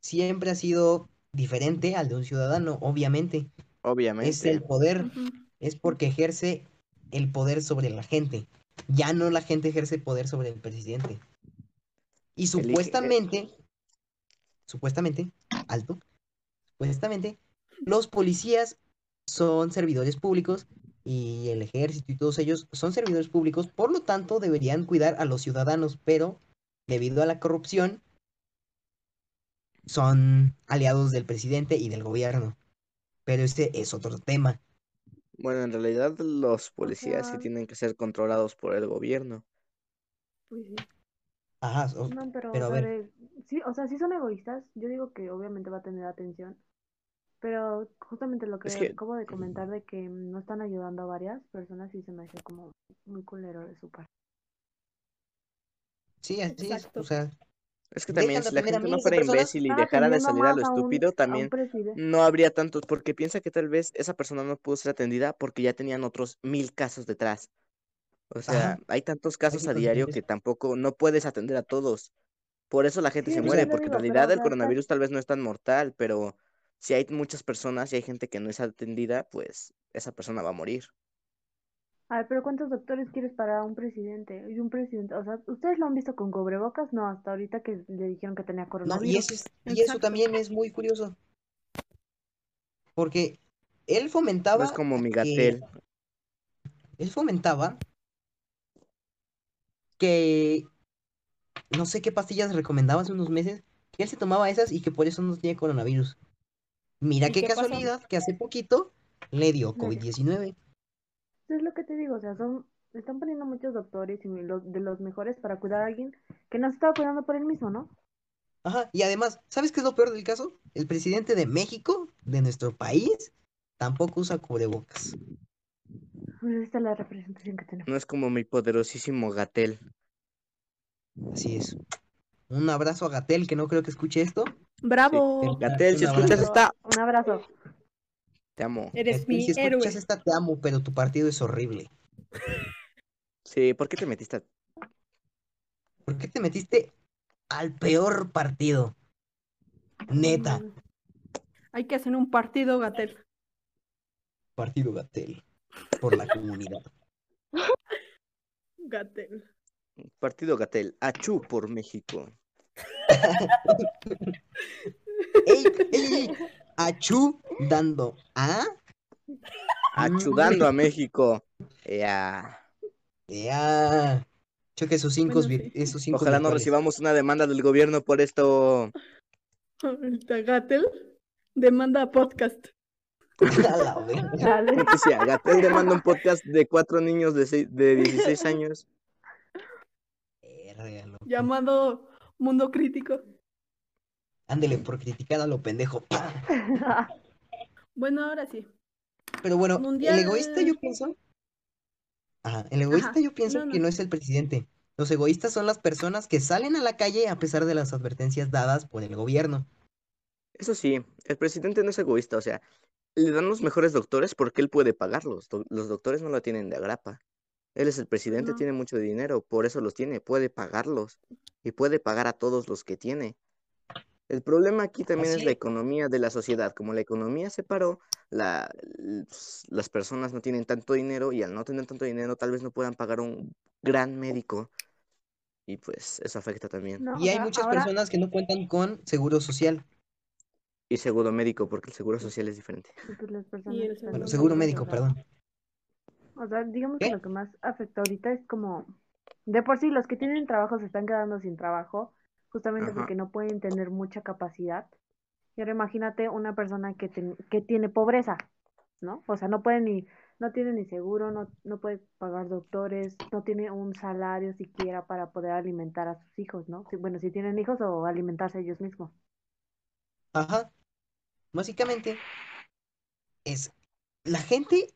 Speaker 1: siempre ha sido diferente al de un ciudadano, obviamente. Es el
Speaker 2: obviamente.
Speaker 1: poder,
Speaker 4: Ujú.
Speaker 1: es porque ejerce el poder sobre la gente. Ya no la gente ejerce el poder sobre el presidente. Y
Speaker 2: Elige-
Speaker 1: supuestamente, supuestamente, alto, supuestamente, los policías son servidores públicos y el ejército y todos ellos son servidores públicos, por lo tanto deberían cuidar a los ciudadanos, pero debido a la corrupción son aliados del presidente y del gobierno. Pero ese es otro tema.
Speaker 2: Bueno, en realidad los policías sí
Speaker 5: sea-
Speaker 2: tienen que ser controlados por el gobierno.
Speaker 4: Pues sí.
Speaker 1: Ajá, o-
Speaker 5: No, pero,
Speaker 1: pero a
Speaker 5: o sea,
Speaker 1: ver,
Speaker 5: de- sí, o sea, sí son egoístas. Yo digo que obviamente va a tener atención, pero justamente lo que,
Speaker 2: Es que-
Speaker 5: acabo de comentar de que no están ayudando a varias personas y se me hace como muy culero de su parte.
Speaker 1: sí, así es. O
Speaker 4: Exacto.
Speaker 1: sea,
Speaker 2: Es que
Speaker 1: dejan
Speaker 2: también
Speaker 1: de
Speaker 2: si la
Speaker 1: atender a
Speaker 2: gente no
Speaker 1: miles de
Speaker 2: fuera
Speaker 1: personas,
Speaker 2: imbécil y
Speaker 5: Están
Speaker 2: dejara de
Speaker 5: atendiendo
Speaker 2: salir a
Speaker 5: más
Speaker 2: lo
Speaker 5: a un,
Speaker 2: estúpido,
Speaker 5: a un
Speaker 2: también
Speaker 5: presidente.
Speaker 2: no habría tantos, porque piensa que tal vez esa persona no pudo ser atendida porque ya tenían otros mil casos detrás. O sea,
Speaker 1: ajá,
Speaker 2: hay tantos
Speaker 1: hay
Speaker 2: casos a
Speaker 1: muchos
Speaker 2: diario
Speaker 1: diferentes.
Speaker 2: que tampoco no puedes atender a todos. Por eso la gente
Speaker 5: Sí,
Speaker 2: se
Speaker 5: es
Speaker 1: O
Speaker 5: lo que
Speaker 2: muere,
Speaker 1: sea,
Speaker 5: yo
Speaker 2: porque en
Speaker 5: digo, pero, o
Speaker 2: realidad el
Speaker 5: sea, estás,
Speaker 2: coronavirus tal vez no es tan mortal, pero si hay muchas personas y hay gente que no es atendida, pues esa persona va a morir.
Speaker 5: ay, pero ¿cuántos doctores quieres para un presidente? Y un presidente, o sea, ¿ustedes lo han visto con cobrebocas? No, hasta ahorita que le dijeron que tenía
Speaker 1: No, y
Speaker 5: coronavirus.
Speaker 1: eso, es- y eso
Speaker 4: Exacto.
Speaker 1: también es muy curioso, porque él
Speaker 2: No es
Speaker 1: fomentaba
Speaker 2: como mi
Speaker 1: que,
Speaker 2: Gatel.
Speaker 1: él fomentaba que no sé qué pastillas recomendaba hace unos meses, que él se tomaba esas y que por eso no tenía coronavirus. Mira
Speaker 4: ¿Y
Speaker 1: qué
Speaker 4: qué pasó?
Speaker 1: casualidad que hace poquito le dio
Speaker 5: Le dio.
Speaker 1: COVID-19.
Speaker 5: Es lo que te digo, o sea, son, están poniendo muchos doctores y los, de los mejores para cuidar a alguien que no se estaba cuidando por él mismo, ¿no?
Speaker 1: Ajá, y además, ¿sabes qué es lo peor del caso? El presidente de México, de nuestro país, tampoco usa cubrebocas.
Speaker 5: Pues esta es la representación que tenemos.
Speaker 2: No es como mi poderosísimo Gatel.
Speaker 1: Así es. Un abrazo a Gatel, que no creo que escuche esto. Te
Speaker 4: Bravo.
Speaker 1: mando
Speaker 2: Gatel,
Speaker 1: un
Speaker 2: si escuchas
Speaker 1: abrazo.
Speaker 2: esta,
Speaker 5: Un abrazo.
Speaker 2: te amo.
Speaker 4: Eres
Speaker 1: Gatel,
Speaker 4: mi
Speaker 1: si escuchas
Speaker 4: héroe.
Speaker 1: esta, te amo, pero tu partido es horrible.
Speaker 2: Sí, ¿por qué te metiste? a-
Speaker 1: ¿Por qué te metiste al peor partido? Neta,
Speaker 4: Hay que hacer un partido, Gatel.
Speaker 1: partido Gatel, por la comunidad.
Speaker 4: Gatel.
Speaker 2: Partido Gatel, achú por México.
Speaker 1: ¡Ey, ¿ah? ey, ey! Achú dando a.
Speaker 2: Achudando a México. eh, Ya.
Speaker 1: Ya. Choque sus cinco,
Speaker 4: Bueno,
Speaker 1: vir- esos cinco
Speaker 2: Ojalá no
Speaker 1: virtuales.
Speaker 2: recibamos una demanda del gobierno por esto.
Speaker 4: Ahorita Gatel demanda a podcast.
Speaker 1: A la verga.
Speaker 5: Dale.
Speaker 2: Noticia, Gatel demanda un podcast de cuatro niños de, seis- de 16 años.
Speaker 1: Verga, loco.
Speaker 4: Llamado Mundo Crítico.
Speaker 1: Ándele por criticar a lo pendejo. ¡Pah!
Speaker 4: Bueno, ahora sí.
Speaker 1: Pero bueno,
Speaker 4: Mundial.
Speaker 1: el egoísta yo pienso. Ajá, el egoísta
Speaker 4: Ajá,
Speaker 1: yo pienso
Speaker 4: no,
Speaker 1: que
Speaker 4: no.
Speaker 1: no es el presidente. Los egoístas son las personas que salen a la calle a pesar de las advertencias dadas por el gobierno.
Speaker 2: Eso sí, el presidente no es egoísta, o sea, le dan los mejores doctores porque él puede pagarlos. do- Los doctores no lo tienen de agrapa. Él es el presidente,
Speaker 4: no.
Speaker 2: tiene mucho dinero, por eso los tiene, puede pagarlos y puede pagar a todos los que tiene. El problema aquí también
Speaker 1: Así
Speaker 2: es la
Speaker 1: es.
Speaker 2: economía de la sociedad. Como la economía se paró, la- l- s- las personas no tienen tanto dinero y al no tener tanto dinero tal vez no puedan pagar un gran médico. Y pues eso afecta también.
Speaker 5: No,
Speaker 1: Y hay
Speaker 5: ahora-
Speaker 1: muchas
Speaker 5: ahora-
Speaker 1: personas que no cuentan con seguro social.
Speaker 2: Y seguro médico, porque el seguro social es diferente.
Speaker 5: pues, las personas
Speaker 4: Y el
Speaker 5: están
Speaker 4: seguro
Speaker 1: Bueno,
Speaker 5: muy
Speaker 1: seguro
Speaker 4: social.
Speaker 1: médico,
Speaker 5: desesperadas.
Speaker 1: perdón.
Speaker 5: O sea, digamos
Speaker 1: ¿Qué?
Speaker 5: que lo que más afecta ahorita es como, de por sí los que tienen trabajo se están quedando sin trabajo, justamente
Speaker 2: Ajá.
Speaker 5: porque no pueden tener mucha capacidad. Y ahora imagínate una persona que, ten- que tiene pobreza, ¿no? O sea, no puede ni, no tiene ni seguro, no, no puede pagar doctores, no tiene un salario siquiera para poder alimentar a sus hijos, ¿no? Sí, bueno, si tienen hijos o alimentarse ellos mismos.
Speaker 1: Ajá. Básicamente es la gente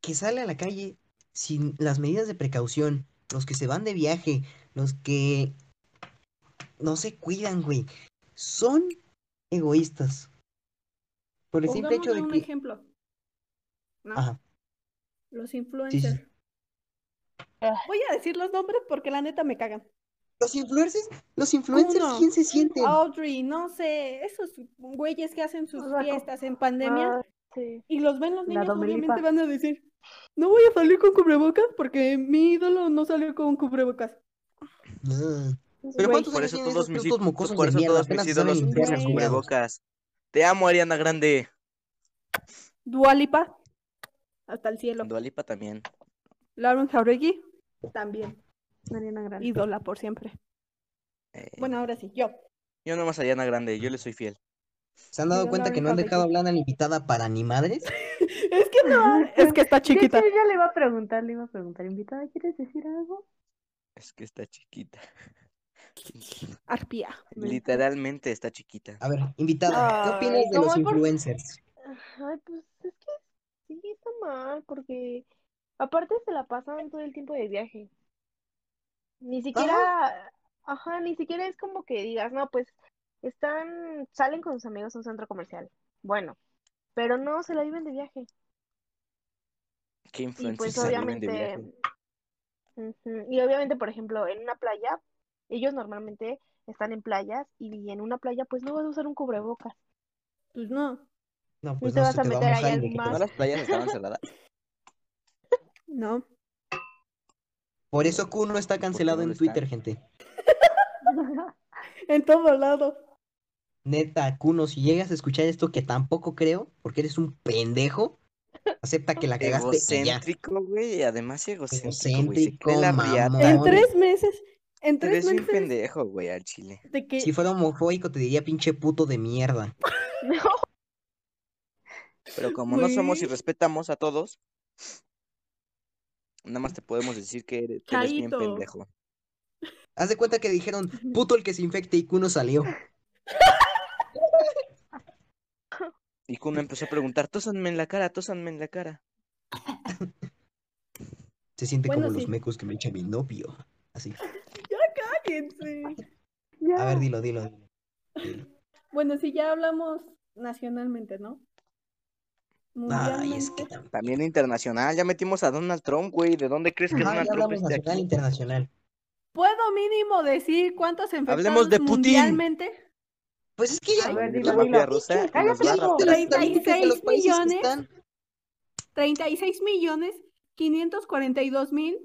Speaker 1: que sale a la calle sin las medidas de precaución, los que se van de viaje, los que no se cuidan, güey, son egoístas. Por el simple hecho
Speaker 4: Pongámosle
Speaker 1: de
Speaker 4: un
Speaker 1: que...
Speaker 4: ejemplo. ¿no?
Speaker 1: Ajá.
Speaker 4: Los influencers. Voy a decir los nombres porque la neta me cagan.
Speaker 1: Los influencers, los influencers,
Speaker 4: Uno.
Speaker 1: ¿quién se sienten?
Speaker 3: Oh.
Speaker 4: Audrey, no sé, esos güeyes que hacen sus
Speaker 5: O sea, co-
Speaker 4: fiestas en pandemia
Speaker 3: Ah, sí.
Speaker 4: y los ven los
Speaker 5: La
Speaker 4: niños, obviamente
Speaker 5: Domelipa.
Speaker 4: van a decir, no voy a salir con cubrebocas porque mi ídolo no salió con cubrebocas.
Speaker 1: Ah.
Speaker 4: Güey.
Speaker 1: Pero ¿cuántos
Speaker 2: Por
Speaker 1: años
Speaker 2: eso
Speaker 1: tienen
Speaker 2: todos
Speaker 1: esos
Speaker 2: mis,
Speaker 1: putos
Speaker 2: i-
Speaker 1: mocosos
Speaker 2: por
Speaker 1: de
Speaker 2: eso
Speaker 1: mierda?
Speaker 2: todos
Speaker 1: Apenas
Speaker 2: mis
Speaker 1: saben
Speaker 2: ídolos
Speaker 1: limpiarse
Speaker 2: usan
Speaker 1: los
Speaker 4: güey.
Speaker 1: chingados.
Speaker 2: cubrebocas. Te amo, Ariana Grande.
Speaker 4: Dualipa, hasta el cielo.
Speaker 2: Dualipa también.
Speaker 4: Lauren Jauregui, también.
Speaker 5: Mariana Grande.
Speaker 4: Ídola por siempre.
Speaker 2: Eh,
Speaker 4: Bueno, ahora sí, yo.
Speaker 2: Yo nomás a Ariana Grande, yo le soy fiel.
Speaker 1: ¿Se han dado
Speaker 4: Digo,
Speaker 1: cuenta
Speaker 4: Lauren
Speaker 1: que no han dejado
Speaker 4: Jauregui.
Speaker 1: hablar a la invitada para ni madres?
Speaker 4: Es que no, es que está chiquita.
Speaker 5: De hecho, yo le iba a preguntar, le iba a preguntar, invitada, ¿quieres decir algo?
Speaker 2: Es que está chiquita.
Speaker 4: Arpía.
Speaker 2: Literalmente está chiquita.
Speaker 1: A ver, invitada, ¿qué
Speaker 3: Ay,
Speaker 1: opinas de
Speaker 3: Ah, ¿cómo
Speaker 1: los
Speaker 3: es por-
Speaker 1: influencers?
Speaker 3: Ay, pues es que sí está mal, porque aparte se la pasan todo el tiempo de viaje. Ni
Speaker 2: Ah.
Speaker 3: siquiera, ajá, ni siquiera es como que digas, no, pues están, salen con sus amigos a un centro comercial. Bueno, pero no, se la viven de viaje.
Speaker 2: ¿Qué
Speaker 3: Y
Speaker 2: influencers
Speaker 3: pues
Speaker 2: se viven de
Speaker 3: obviamente,
Speaker 2: viaje?
Speaker 3: ujú, y obviamente, por ejemplo, en una playa, ellos normalmente están en playas y en una playa pues no vas a usar un cubrebocas.
Speaker 4: Pues no,
Speaker 1: No, pues
Speaker 3: te
Speaker 1: no
Speaker 3: vas
Speaker 1: se
Speaker 3: a
Speaker 1: te va
Speaker 3: meter
Speaker 1: a mojar
Speaker 3: ahí
Speaker 1: y
Speaker 3: al
Speaker 1: de que te
Speaker 3: mar.
Speaker 2: ¿Todas las playas estaban cerradas?
Speaker 4: no.
Speaker 1: Por eso Q no está cancelado
Speaker 2: no lo
Speaker 1: en
Speaker 2: está?
Speaker 1: Twitter, gente.
Speaker 4: En todo lado.
Speaker 1: Neta, Cuno, si llegas a escuchar esto, que tampoco creo, porque eres un pendejo, acepta que la cagaste y ya.
Speaker 2: Egocéntrico, güey. Además, egocéntrico, güey. Se
Speaker 1: Egocéntrico,
Speaker 2: cree la riata.
Speaker 4: En
Speaker 1: mamón.
Speaker 4: tres meses. En
Speaker 2: Ah, Te
Speaker 4: tres
Speaker 2: ves un
Speaker 4: meses
Speaker 2: pendejo, güey, al chile.
Speaker 4: de que
Speaker 1: Si fuera homofóbico, te diría pinche puto de mierda.
Speaker 2: Pero como no somos y
Speaker 4: Güey.
Speaker 2: respetamos a todos, nada más te podemos decir que eres, que eres bien
Speaker 4: Chaito.
Speaker 2: pendejo.
Speaker 1: Haz de cuenta que dijeron, puto el que se infecte y Cuno salió.
Speaker 2: Y Kuno empezó a preguntar, tósanme en la cara, tósanme en la cara.
Speaker 1: Se siente
Speaker 4: Bueno,
Speaker 1: como los
Speaker 4: sí.
Speaker 1: mecos que me echa mi novio. Así.
Speaker 4: Cállense.
Speaker 1: A ver, dilo, dilo. dilo.
Speaker 4: Bueno, si ya hablamos nacionalmente, ¿no?
Speaker 1: Ay, es
Speaker 4: Mundialmente.
Speaker 1: que también.
Speaker 2: También internacional, ya metimos a Donald Trump, güey. ¿De dónde crees que
Speaker 1: Ajá,
Speaker 2: Donald
Speaker 1: ya
Speaker 2: Trump
Speaker 1: hablamos
Speaker 2: esté
Speaker 1: nacional
Speaker 2: este aquí?
Speaker 1: internacional.
Speaker 4: ¿Puedo mínimo decir cuántos infectados
Speaker 2: Hablemos de Putin.
Speaker 4: mundialmente?
Speaker 1: Pues es que ya.
Speaker 5: A ver,
Speaker 2: La
Speaker 5: dilo,
Speaker 2: mafia
Speaker 5: dilo.
Speaker 2: rusa nos
Speaker 5: cállate,
Speaker 2: va a
Speaker 5: hijo.
Speaker 2: raptar.
Speaker 4: 36
Speaker 1: los países que
Speaker 4: millones.
Speaker 1: están.
Speaker 4: 36 millones 542 mil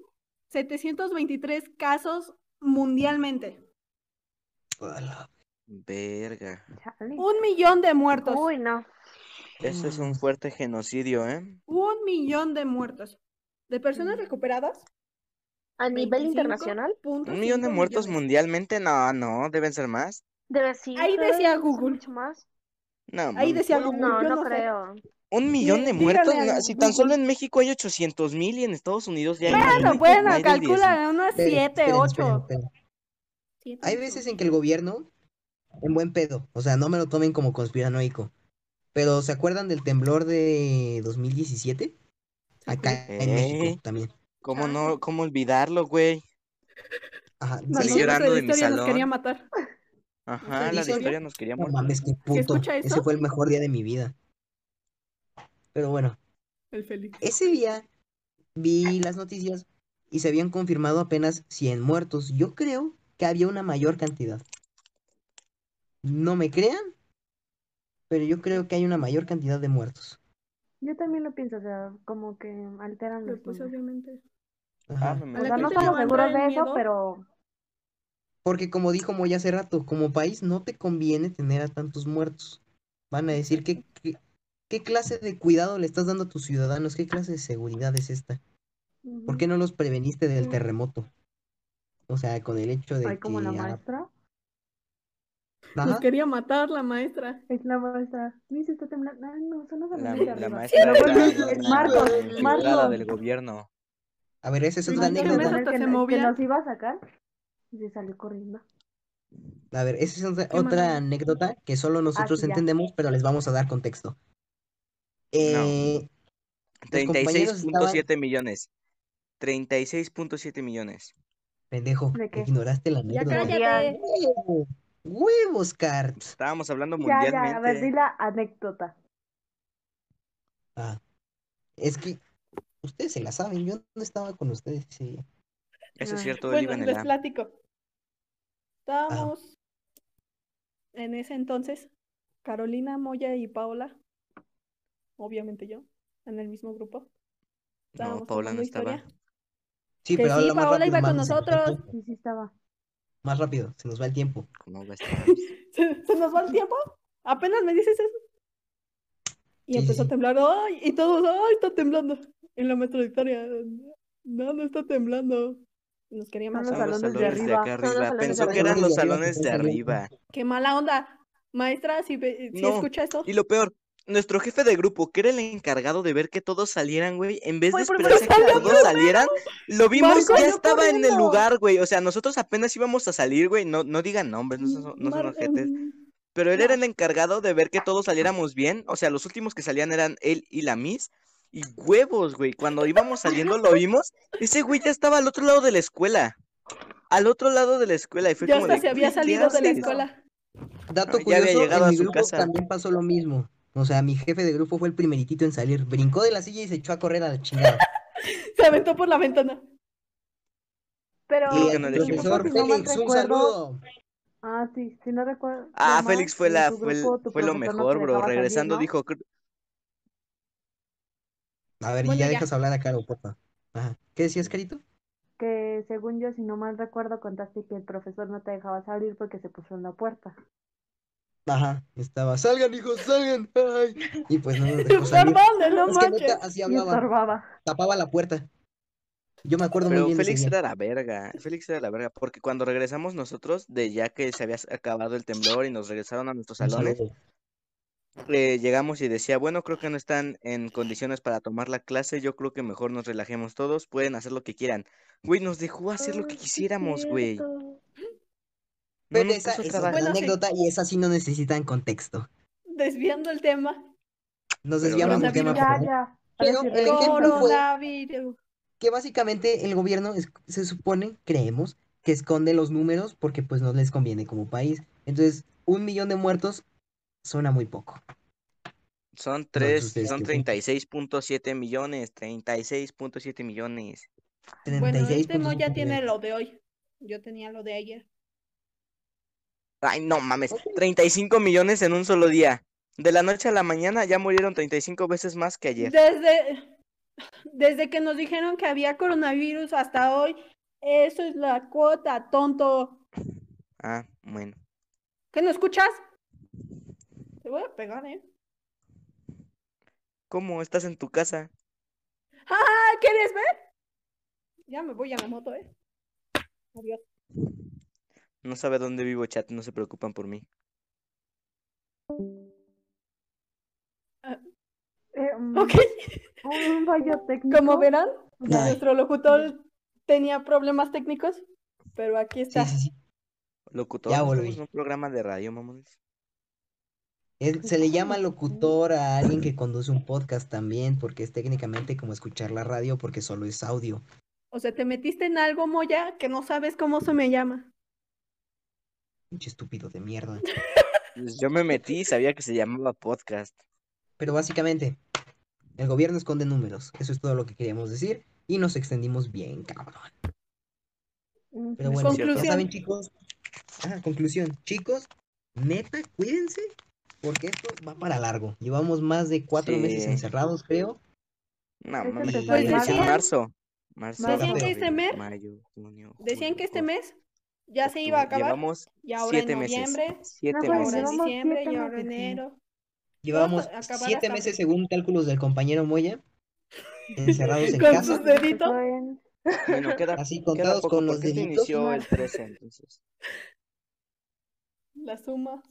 Speaker 4: 723 casos mundialmente.
Speaker 1: A la
Speaker 2: Verga.
Speaker 5: Chale.
Speaker 4: Un millón de muertos.
Speaker 5: Uy, no.
Speaker 2: Eso es un fuerte genocidio, ¿eh?
Speaker 4: Un millón de muertos. De personas recuperadas.
Speaker 3: A nivel internacional,
Speaker 2: ¿Un millón de muertos mundialmente? No, no, deben ser más.
Speaker 5: Debe ser.
Speaker 4: Ahí
Speaker 5: debe
Speaker 4: decía
Speaker 5: ser
Speaker 4: Google.
Speaker 5: Mucho más.
Speaker 2: No,
Speaker 4: Ahí
Speaker 2: mames.
Speaker 4: decía
Speaker 5: No,
Speaker 4: Google,
Speaker 5: no,
Speaker 4: yo sé.
Speaker 5: creo.
Speaker 2: ¿Un millón de
Speaker 4: Dígale
Speaker 2: muertos?
Speaker 4: a
Speaker 2: No, si tan
Speaker 4: Google.
Speaker 2: solo en México hay 800 mil y en Estados Unidos ya hay...
Speaker 4: Bueno,
Speaker 2: mil,
Speaker 4: bueno,
Speaker 2: hay del
Speaker 4: calcula, unos
Speaker 1: Esperen,
Speaker 4: siete,
Speaker 1: esperen, esperen,
Speaker 4: ocho.
Speaker 1: esperen.
Speaker 4: Siete,
Speaker 1: Hay
Speaker 4: ocho.
Speaker 1: veces en que el gobierno, en buen pedo, o sea, no me lo tomen como conspiranoico, pero ¿se acuerdan del temblor de 2017? Acá en
Speaker 2: Eh.
Speaker 1: México también.
Speaker 2: ¿Cómo
Speaker 4: Chale.
Speaker 2: no? ¿Cómo olvidarlo, güey?
Speaker 1: Ajá,
Speaker 4: Nosotros
Speaker 2: Salí
Speaker 1: sí,
Speaker 2: llorando
Speaker 4: la
Speaker 2: de mi
Speaker 4: historia nos
Speaker 2: salón.
Speaker 4: quería matar.
Speaker 2: Ajá, la
Speaker 1: hizo,
Speaker 2: de
Speaker 1: ¿no?
Speaker 2: historia nos quería
Speaker 1: No
Speaker 2: muertos.
Speaker 1: mames, qué puto.
Speaker 4: escucha
Speaker 1: Ese
Speaker 4: eso?
Speaker 1: fue el mejor día de mi vida. Pero bueno,
Speaker 4: El Félix.
Speaker 1: ese día vi las noticias y se habían confirmado apenas 100 muertos. Yo creo que había una mayor cantidad. No me crean, pero yo creo que hay una mayor cantidad de muertos.
Speaker 5: Yo también lo pienso, o sea, como que alteran
Speaker 4: Pero
Speaker 5: los
Speaker 4: pues
Speaker 5: números.
Speaker 4: obviamente.
Speaker 2: Ah,
Speaker 1: Ajá.
Speaker 2: me
Speaker 5: O
Speaker 2: mato.
Speaker 4: la
Speaker 5: sea, no
Speaker 4: gente
Speaker 5: estamos
Speaker 4: levanta
Speaker 5: seguros
Speaker 4: el
Speaker 5: de eso,
Speaker 4: miedo.
Speaker 5: pero
Speaker 1: Porque como dijo Moy hace rato, como país no te conviene tener a tantos muertos. Van a decir que, que- qué clase de cuidado le estás dando a tus ciudadanos, qué clase de seguridad es esta. ¿Por qué no los preveniste del terremoto? O sea, con el hecho de
Speaker 5: hay como la
Speaker 1: que... ah,
Speaker 5: maestra.
Speaker 1: ajá,
Speaker 4: Nos quería matar la maestra.
Speaker 5: Es la maestra. Dice, está temblando. Ay, no, son los
Speaker 2: La,
Speaker 5: alumnos de
Speaker 2: la
Speaker 5: arriba.
Speaker 2: maestra
Speaker 5: Lo
Speaker 2: era
Speaker 5: bueno es-
Speaker 2: la-
Speaker 5: es
Speaker 2: la
Speaker 5: Marcos,
Speaker 2: figura
Speaker 5: Marcos.
Speaker 2: del gobierno.
Speaker 1: A ver, esa es
Speaker 4: Nos
Speaker 1: otra
Speaker 4: dijeron
Speaker 1: anécdota.
Speaker 4: eso. hasta
Speaker 5: que,
Speaker 4: se
Speaker 5: que
Speaker 4: movía.
Speaker 5: nos iba a sacar y se salió corriendo.
Speaker 1: A ver, esa es otra,
Speaker 4: Qué maravilla.
Speaker 1: otra anécdota que solo nosotros
Speaker 5: sí, ya.
Speaker 1: entendemos, pero les vamos a dar contexto. Eh, compañeros estaban-
Speaker 2: 36.7 millones. 36.7 millones.
Speaker 1: pendejo,
Speaker 5: ¿De qué?
Speaker 1: ignoraste la
Speaker 6: Ya
Speaker 1: anécdota.
Speaker 6: cállate.
Speaker 1: Huevo, Huevos, Cart.
Speaker 2: Estábamos hablando
Speaker 5: Ya, ya, a ver, di
Speaker 2: mundialmente.
Speaker 5: la anécdota.
Speaker 1: Ah, es que ustedes se la saben, yo no estaba con ustedes ese día.
Speaker 2: Eso es
Speaker 5: Ay.
Speaker 2: cierto, él
Speaker 4: Bueno,
Speaker 2: iba en el
Speaker 4: les
Speaker 2: A.
Speaker 4: platico. Estábamos
Speaker 2: Ah.
Speaker 4: en ese entonces, Carolina, Moya y Paola, obviamente yo, en el mismo grupo. Estábamos
Speaker 2: No, Paula
Speaker 4: tomando
Speaker 2: no estaba.
Speaker 4: historia.
Speaker 1: Sí,
Speaker 4: Que
Speaker 1: pero
Speaker 4: sí,
Speaker 1: habla más
Speaker 4: Paola
Speaker 1: rápido,
Speaker 4: iba con
Speaker 1: mano, se nos va el
Speaker 4: nosotros.
Speaker 1: tiempo.
Speaker 5: Sí, sí estaba.
Speaker 1: Más rápido, se nos va el tiempo.
Speaker 2: ¿Cómo va a estar?
Speaker 4: ¿Se, se nos va el tiempo? Apenas me dices eso. Y
Speaker 1: Sí, sí,
Speaker 4: empezó
Speaker 1: sí.
Speaker 4: a temblar, ¡ay! Y todos, ¡ay! Está temblando. En la metro Victoria, No, no está temblando. Nos quería
Speaker 5: Son los
Speaker 4: matar.
Speaker 2: Son los
Speaker 5: salones de
Speaker 2: salones de
Speaker 5: arriba,
Speaker 2: acá
Speaker 5: son
Speaker 2: arriba.
Speaker 5: los salones de
Speaker 2: Pensó que
Speaker 5: arriba.
Speaker 2: eran los
Speaker 1: Salones
Speaker 2: salones
Speaker 1: de
Speaker 2: de
Speaker 1: arriba.
Speaker 2: arriba.
Speaker 4: ¡Qué mala onda! Maestra, si, ve- si
Speaker 2: No,
Speaker 4: escucha esto,
Speaker 2: Y lo peor, nuestro jefe de grupo, que era el encargado de ver que todos salieran, güey, en vez de
Speaker 5: Fue primero,
Speaker 2: esperarse a que
Speaker 5: salió
Speaker 2: todos salieran, lo vimos,
Speaker 4: Marco
Speaker 2: ya
Speaker 4: salió
Speaker 2: estaba en el
Speaker 5: corriendo.
Speaker 2: lugar, güey. O sea, nosotros apenas íbamos a salir, güey. No, no digan nombres, no son, no son
Speaker 4: Mar-
Speaker 2: ojetes.
Speaker 4: em,
Speaker 2: Pero él era
Speaker 4: no.
Speaker 2: el encargado de ver que todos saliéramos bien. O sea, los últimos que salían eran él y la Miss. Y huevos, güey. Cuando íbamos saliendo lo vimos. Ese güey ya estaba al otro lado de la escuela. Al otro lado de la escuela. Y fue
Speaker 4: ya
Speaker 2: como
Speaker 4: hasta
Speaker 2: de,
Speaker 4: se había
Speaker 2: "Güey, ¿qué
Speaker 4: salido de la
Speaker 2: haces?".
Speaker 4: escuela.
Speaker 1: Dato
Speaker 2: Ya había
Speaker 1: curioso,
Speaker 2: llegado
Speaker 1: en
Speaker 2: a
Speaker 1: mi
Speaker 2: su
Speaker 1: grupo
Speaker 2: casa.
Speaker 1: también pasó lo mismo. O sea, mi jefe de grupo fue el primeritito en salir. Brincó de la silla y se echó a correr a la chingada.
Speaker 4: Se aventó por la ventana.
Speaker 5: Pero
Speaker 2: Creo
Speaker 1: Y
Speaker 2: que
Speaker 1: el
Speaker 2: no
Speaker 5: incluso,
Speaker 2: elegimos
Speaker 1: profesor
Speaker 2: nombre.
Speaker 5: si no mal
Speaker 1: Félix, un
Speaker 5: recuerdo,
Speaker 1: saludo.
Speaker 5: Ah, sí, si no recuerdo
Speaker 2: Ah,
Speaker 5: mal,
Speaker 2: Félix fue
Speaker 5: en
Speaker 2: la
Speaker 5: tu
Speaker 2: fue, el-
Speaker 5: grupo tu
Speaker 2: fue lo
Speaker 5: profesor no te
Speaker 2: mejor, bro.
Speaker 5: dejaba salir,
Speaker 2: Regresando
Speaker 5: ¿no?
Speaker 2: dijo, "Cr-
Speaker 1: A ver, y
Speaker 4: Bueno,
Speaker 1: ya
Speaker 4: ya.
Speaker 1: dejas hablar a Caro, porfa. Ajá. ¿Qué decías, Carito?
Speaker 5: Que según yo, si no mal recuerdo, contaste que el profesor no te dejaba salir porque se puso en la puerta.
Speaker 1: Ajá, estaba, salgan hijos, salgan. ay". Y pues no nos dejó salir.
Speaker 4: Perdón, no
Speaker 1: Es que
Speaker 4: manches.
Speaker 1: neta, así
Speaker 5: Y
Speaker 1: hablaba,
Speaker 5: estorbaba.
Speaker 1: tapaba la puerta. Yo me acuerdo muy
Speaker 2: pero
Speaker 1: bien de ese
Speaker 2: Félix
Speaker 1: día.
Speaker 2: era la verga. Félix era la verga porque cuando regresamos nosotros de ya que se había acabado el temblor y nos regresaron a nuestros
Speaker 1: Un
Speaker 2: salones,
Speaker 1: saludo.
Speaker 2: eh, llegamos y decía, bueno, creo que no están en condiciones para tomar la clase, yo creo que mejor nos relajemos todos, pueden hacer lo que quieran. Güey, nos dejó hacer lo que
Speaker 5: Ay, Ah, sí es
Speaker 2: quisiéramos, güey.
Speaker 5: cierto.
Speaker 2: No
Speaker 1: Pero
Speaker 2: nos
Speaker 1: esa
Speaker 2: puso
Speaker 1: es otra
Speaker 2: pues, trabajo.
Speaker 4: Bueno, sí.
Speaker 1: anécdota y esa sí no necesitan contexto.
Speaker 4: Desviando el tema.
Speaker 1: Nos
Speaker 2: Pero
Speaker 1: desviamos del tema.
Speaker 4: coronavirus.
Speaker 1: por
Speaker 5: Ya,
Speaker 1: favor.
Speaker 5: ya.
Speaker 1: Pero
Speaker 5: Ahora sí,
Speaker 1: el ejemplo fue
Speaker 4: Coronavirus.
Speaker 1: que básicamente el gobierno es- se supone, creemos, que esconde los números porque pues no les conviene como país. Entonces, un millón de muertos suena muy poco.
Speaker 2: Son
Speaker 1: Entonces,
Speaker 2: tres,
Speaker 1: ¿ustedes
Speaker 2: son
Speaker 1: qué opinan?
Speaker 2: 36.7 millones, 36.7 millones.
Speaker 4: Bueno,
Speaker 2: pues,
Speaker 4: este
Speaker 1: 36.5
Speaker 4: ya tiene
Speaker 1: millones.
Speaker 4: lo de hoy. Yo tenía lo de ayer.
Speaker 2: Ay, no mames,
Speaker 1: Ok.
Speaker 2: 35 millones en un solo día. De la noche a la mañana ya murieron 35 veces más que ayer.
Speaker 4: Desde, desde que nos dijeron que había coronavirus hasta hoy, eso es la cuota, tonto.
Speaker 2: Ah, bueno.
Speaker 4: ¿Qué no escuchas? Te voy a pegar, ¿eh?
Speaker 2: ¿Cómo? ¿Estás en tu casa?
Speaker 4: ¡Ah! ¿Quieres ver? Ya me voy a la moto, ¿eh? Adiós.
Speaker 2: No sabe dónde vivo, chat, no se preocupan por mí.
Speaker 5: Eh,
Speaker 2: Em,
Speaker 5: mm,
Speaker 4: Ok.
Speaker 5: mm, vaya técnico.
Speaker 4: Como verán,
Speaker 1: Ay.
Speaker 4: nuestro locutor tenía problemas técnicos, pero aquí está.
Speaker 1: Sí, sí, sí.
Speaker 2: Locutor,
Speaker 1: Ya
Speaker 2: ¿no estamos
Speaker 1: volví.
Speaker 2: en un programa de radio, mamones.
Speaker 1: Es- se le llama locutor a alguien que conduce un podcast también, porque es técnicamente como escuchar la radio, porque solo es audio.
Speaker 4: O sea, te metiste en algo, Moya, que no sabes cómo se me llama.
Speaker 1: Pinche estúpido de mierda.
Speaker 2: Pues yo me metí y sabía que se llamaba podcast.
Speaker 1: Pero básicamente, el gobierno esconde números. Eso es todo lo que queríamos decir. Y nos extendimos bien, cabrón. Pero bueno,
Speaker 4: Conclusión.
Speaker 1: ya saben, chicos. Ah, conclusión. Chicos, neta, cuídense, porque esto va para largo. Llevamos más de cuatro
Speaker 2: Sí.
Speaker 1: meses encerrados, creo.
Speaker 2: No,
Speaker 5: Hay que
Speaker 2: mames,
Speaker 5: empezar
Speaker 4: Pues
Speaker 2: desde
Speaker 4: decían-
Speaker 2: marzo. Marzo,
Speaker 5: decían
Speaker 2: abril,
Speaker 4: que este
Speaker 2: abril,
Speaker 4: mes-
Speaker 2: mayo, junio,
Speaker 4: Decían
Speaker 2: julio,
Speaker 4: que este
Speaker 2: agosto,
Speaker 4: mes ya se iba a
Speaker 2: octubre.
Speaker 4: acabar.
Speaker 2: Llevamos
Speaker 4: y ahora
Speaker 2: siete
Speaker 4: en
Speaker 2: meses.
Speaker 4: noviembre,
Speaker 2: Siete
Speaker 5: No, pues,
Speaker 4: ahora en
Speaker 2: meses.
Speaker 5: llevamos
Speaker 4: diciembre y
Speaker 5: siete
Speaker 4: ahora en
Speaker 5: meses, sí.
Speaker 4: enero.
Speaker 1: Llevamos
Speaker 4: acabar hasta
Speaker 1: siete
Speaker 4: abril.
Speaker 1: meses, según cálculos del compañero Moya, encerrados en
Speaker 4: Con
Speaker 1: casa.
Speaker 4: sus deditos.
Speaker 5: Joven.
Speaker 2: Bueno, queda,
Speaker 1: Así
Speaker 2: queda
Speaker 1: contados
Speaker 2: poco
Speaker 1: con los
Speaker 2: porque esto
Speaker 1: deditos.
Speaker 2: inició
Speaker 5: más.
Speaker 2: el 13, entonces.
Speaker 4: La suma.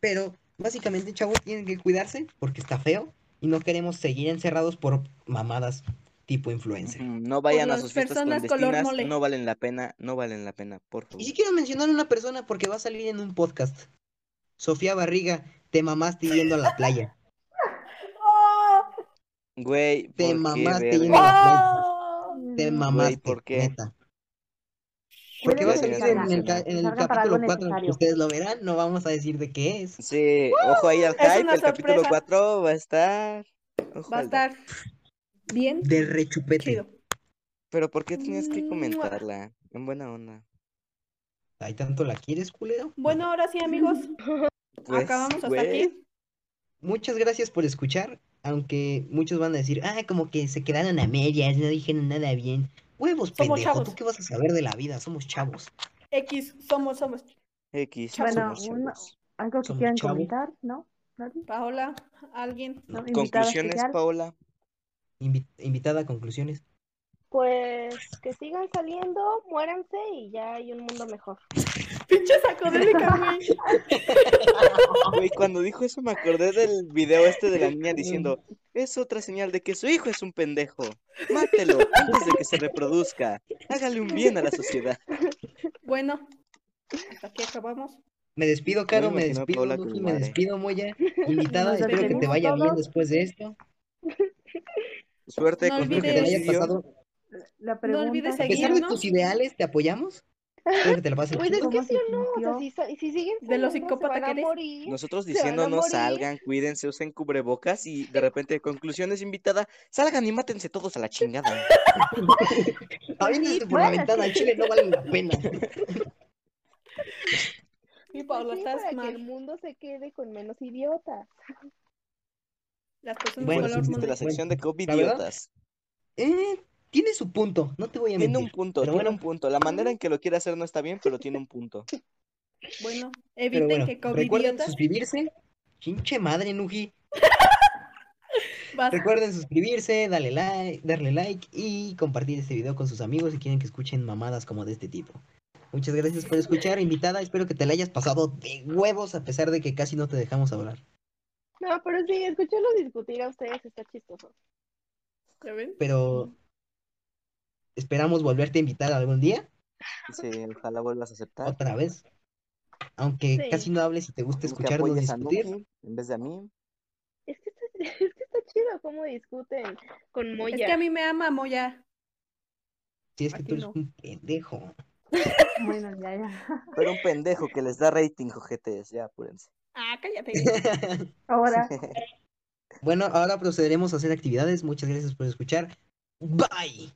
Speaker 1: Pero básicamente, chavos, tienen que cuidarse porque está feo y no queremos seguir encerrados por mamadas tipo influencer.
Speaker 2: Ujú, No vayan a
Speaker 4: las
Speaker 2: sus fiestas
Speaker 4: personas color
Speaker 2: clandestinas,
Speaker 4: mole.
Speaker 2: no valen la pena, no valen la pena, por favor.
Speaker 1: Y si quiero mencionar a una persona porque va a salir en un podcast. Sofía Barriga, te mamaste yendo a la playa.
Speaker 4: ¡Oh!
Speaker 1: Te
Speaker 2: Güey, ¿por qué,
Speaker 1: mamaste
Speaker 2: verga?
Speaker 1: yendo a la playa.
Speaker 4: ¡Oh!
Speaker 1: Te
Speaker 5: Mm,
Speaker 1: mamaste,
Speaker 2: ¿por qué?
Speaker 1: neta.
Speaker 5: Creo
Speaker 1: Porque va a
Speaker 5: que
Speaker 1: salir
Speaker 5: se
Speaker 1: en el,
Speaker 2: salgan.
Speaker 1: ca- en el
Speaker 5: Se salgan para
Speaker 1: capítulo
Speaker 5: algo
Speaker 1: 4,
Speaker 5: necesario.
Speaker 1: ustedes lo verán, no vamos a decir de qué es.
Speaker 2: Sí, ojo ahí al
Speaker 4: Es
Speaker 2: hype,
Speaker 4: una
Speaker 2: el capítulo
Speaker 4: sorpresa.
Speaker 2: 4 va a estar. Ojo
Speaker 4: Va a
Speaker 2: al dato.
Speaker 4: estar bien
Speaker 1: De rechupete.
Speaker 4: chido.
Speaker 2: Pero ¿por qué tenías que
Speaker 4: Mua.
Speaker 2: comentarla? En buena onda.
Speaker 1: ¿Hay tanto la quieres, culero?
Speaker 4: Bueno, ahora sí, amigos,
Speaker 2: Pues,
Speaker 4: acabamos hasta
Speaker 2: güey,
Speaker 4: aquí.
Speaker 1: Muchas gracias por escuchar, aunque muchos van a decir, ah, como que se quedaron a medias, no dijeron nada bien. Huevos,
Speaker 4: Somos
Speaker 1: pendejo,
Speaker 4: chavos.
Speaker 1: ¿tú qué vas a saber de la vida? Somos chavos.
Speaker 4: X, somos, somos.
Speaker 2: X,
Speaker 4: Chavos.
Speaker 5: Bueno,
Speaker 2: somos
Speaker 5: una-
Speaker 2: chavos.
Speaker 5: algo que
Speaker 1: Somos
Speaker 5: quieran
Speaker 1: chavos.
Speaker 5: comentar, ¿no? ¿Nadie?
Speaker 4: Paola, alguien.
Speaker 5: ¿No? Invitada
Speaker 2: ¿Conclusiones,
Speaker 5: especial.
Speaker 2: Paola?
Speaker 1: Invi- invitada a conclusiones.
Speaker 3: Pues que sigan saliendo, muéranse y ya hay un mundo mejor.
Speaker 4: Pinche sacodélica, güey.
Speaker 2: Güey, cuando dijo eso me acordé del video este de la niña diciendo, es otra señal de que su hijo es un pendejo. Mátelo antes de que se reproduzca. Hágale un bien a la sociedad.
Speaker 4: Bueno, hasta aquí acabamos.
Speaker 1: Me despido, Caro,
Speaker 2: me
Speaker 1: me
Speaker 2: imagino a
Speaker 1: despido,
Speaker 2: Paola con
Speaker 1: Luffy,
Speaker 2: mi
Speaker 1: me
Speaker 2: madre.
Speaker 1: despido, Moya. Invitada,
Speaker 5: Nos
Speaker 1: espero que te
Speaker 5: despedimos
Speaker 1: vaya bien
Speaker 5: todos.
Speaker 1: después de esto.
Speaker 2: Suerte
Speaker 4: No
Speaker 2: con tu
Speaker 1: Espero que te la hayas
Speaker 2: genocidio.
Speaker 1: pasado.
Speaker 5: La
Speaker 4: No
Speaker 5: pregunta
Speaker 4: olvides
Speaker 1: A pesar de
Speaker 4: Seguirnos.
Speaker 1: tus ideales, te apoyamos. Espero que te la pases
Speaker 3: Pues es
Speaker 1: chido.
Speaker 5: ¿Cómo
Speaker 3: que
Speaker 5: se
Speaker 3: sí o no, o sea,
Speaker 5: sintió?
Speaker 3: si, sa- si siguen
Speaker 4: De los
Speaker 3: saliendo, se
Speaker 4: psicópata
Speaker 3: van
Speaker 4: que
Speaker 3: a
Speaker 4: eres.
Speaker 3: morir.
Speaker 2: Nosotros
Speaker 3: Se van a
Speaker 2: diciendo no
Speaker 3: morir.
Speaker 2: salgan, cuídense, usen cubrebocas y de repente conclusiones invitada, salgan y mátense todos a la chingada.
Speaker 1: Aviéntate por la
Speaker 5: Bueno,
Speaker 1: ventana, al Chile no vale la pena.
Speaker 4: Sí,
Speaker 3: Pues
Speaker 4: Paola,
Speaker 3: sí,
Speaker 4: estás
Speaker 3: para que el
Speaker 4: mal.
Speaker 3: mundo se quede con menos idiotas.
Speaker 4: Las
Speaker 1: Y Bueno,
Speaker 4: personas
Speaker 2: Bueno,
Speaker 4: color
Speaker 1: sí,
Speaker 2: existe
Speaker 4: mole.
Speaker 2: la sección de COVID
Speaker 1: La verdad,
Speaker 2: idiotas.
Speaker 1: Eh, tiene su punto, no te voy a
Speaker 2: Tiene
Speaker 1: mentir.
Speaker 2: un punto,
Speaker 1: pero
Speaker 2: tiene
Speaker 1: bueno,
Speaker 2: un punto. La manera en que lo quiere hacer no está bien, pero tiene un punto.
Speaker 4: Bueno,
Speaker 1: pero
Speaker 4: eviten
Speaker 1: bueno,
Speaker 4: que COVID
Speaker 1: recuerden
Speaker 4: idiotas.
Speaker 1: suscribirse. Chinche madre, Nuji.
Speaker 4: Vas.
Speaker 1: Recuerden suscribirse, darle like, darle like y compartir este video con sus amigos si quieren que escuchen mamadas como de este tipo. Muchas gracias por escuchar, invitada. Espero que te la hayas pasado de huevos a pesar de que casi no te dejamos hablar.
Speaker 3: No, pero sí, escucharlos discutir a ustedes está chistoso.
Speaker 4: ¿Ya ven?
Speaker 1: Pero esperamos volverte a invitar algún día,
Speaker 2: Sí, ojalá vuelvas a aceptar.
Speaker 1: otra vez. Aunque
Speaker 3: Sí.
Speaker 1: casi no hables y te gusta
Speaker 2: Tú que
Speaker 1: escucharnos
Speaker 2: apoyes a
Speaker 1: discutir.
Speaker 2: Nuki en vez de a mí.
Speaker 3: Es que está, es que está chido cómo discuten con Moya.
Speaker 4: Es que a mí me ama Moya.
Speaker 1: Si es que
Speaker 4: Aquí
Speaker 1: tú eres
Speaker 4: no.
Speaker 1: un pendejo.
Speaker 5: Bueno, ya, ya.
Speaker 2: Pero un pendejo que les da rating, ojetes, ya apúrense.
Speaker 4: Ah, cállate.
Speaker 5: Ahora,
Speaker 1: Bueno, ahora procederemos a hacer actividades. Muchas gracias por escuchar. Bye.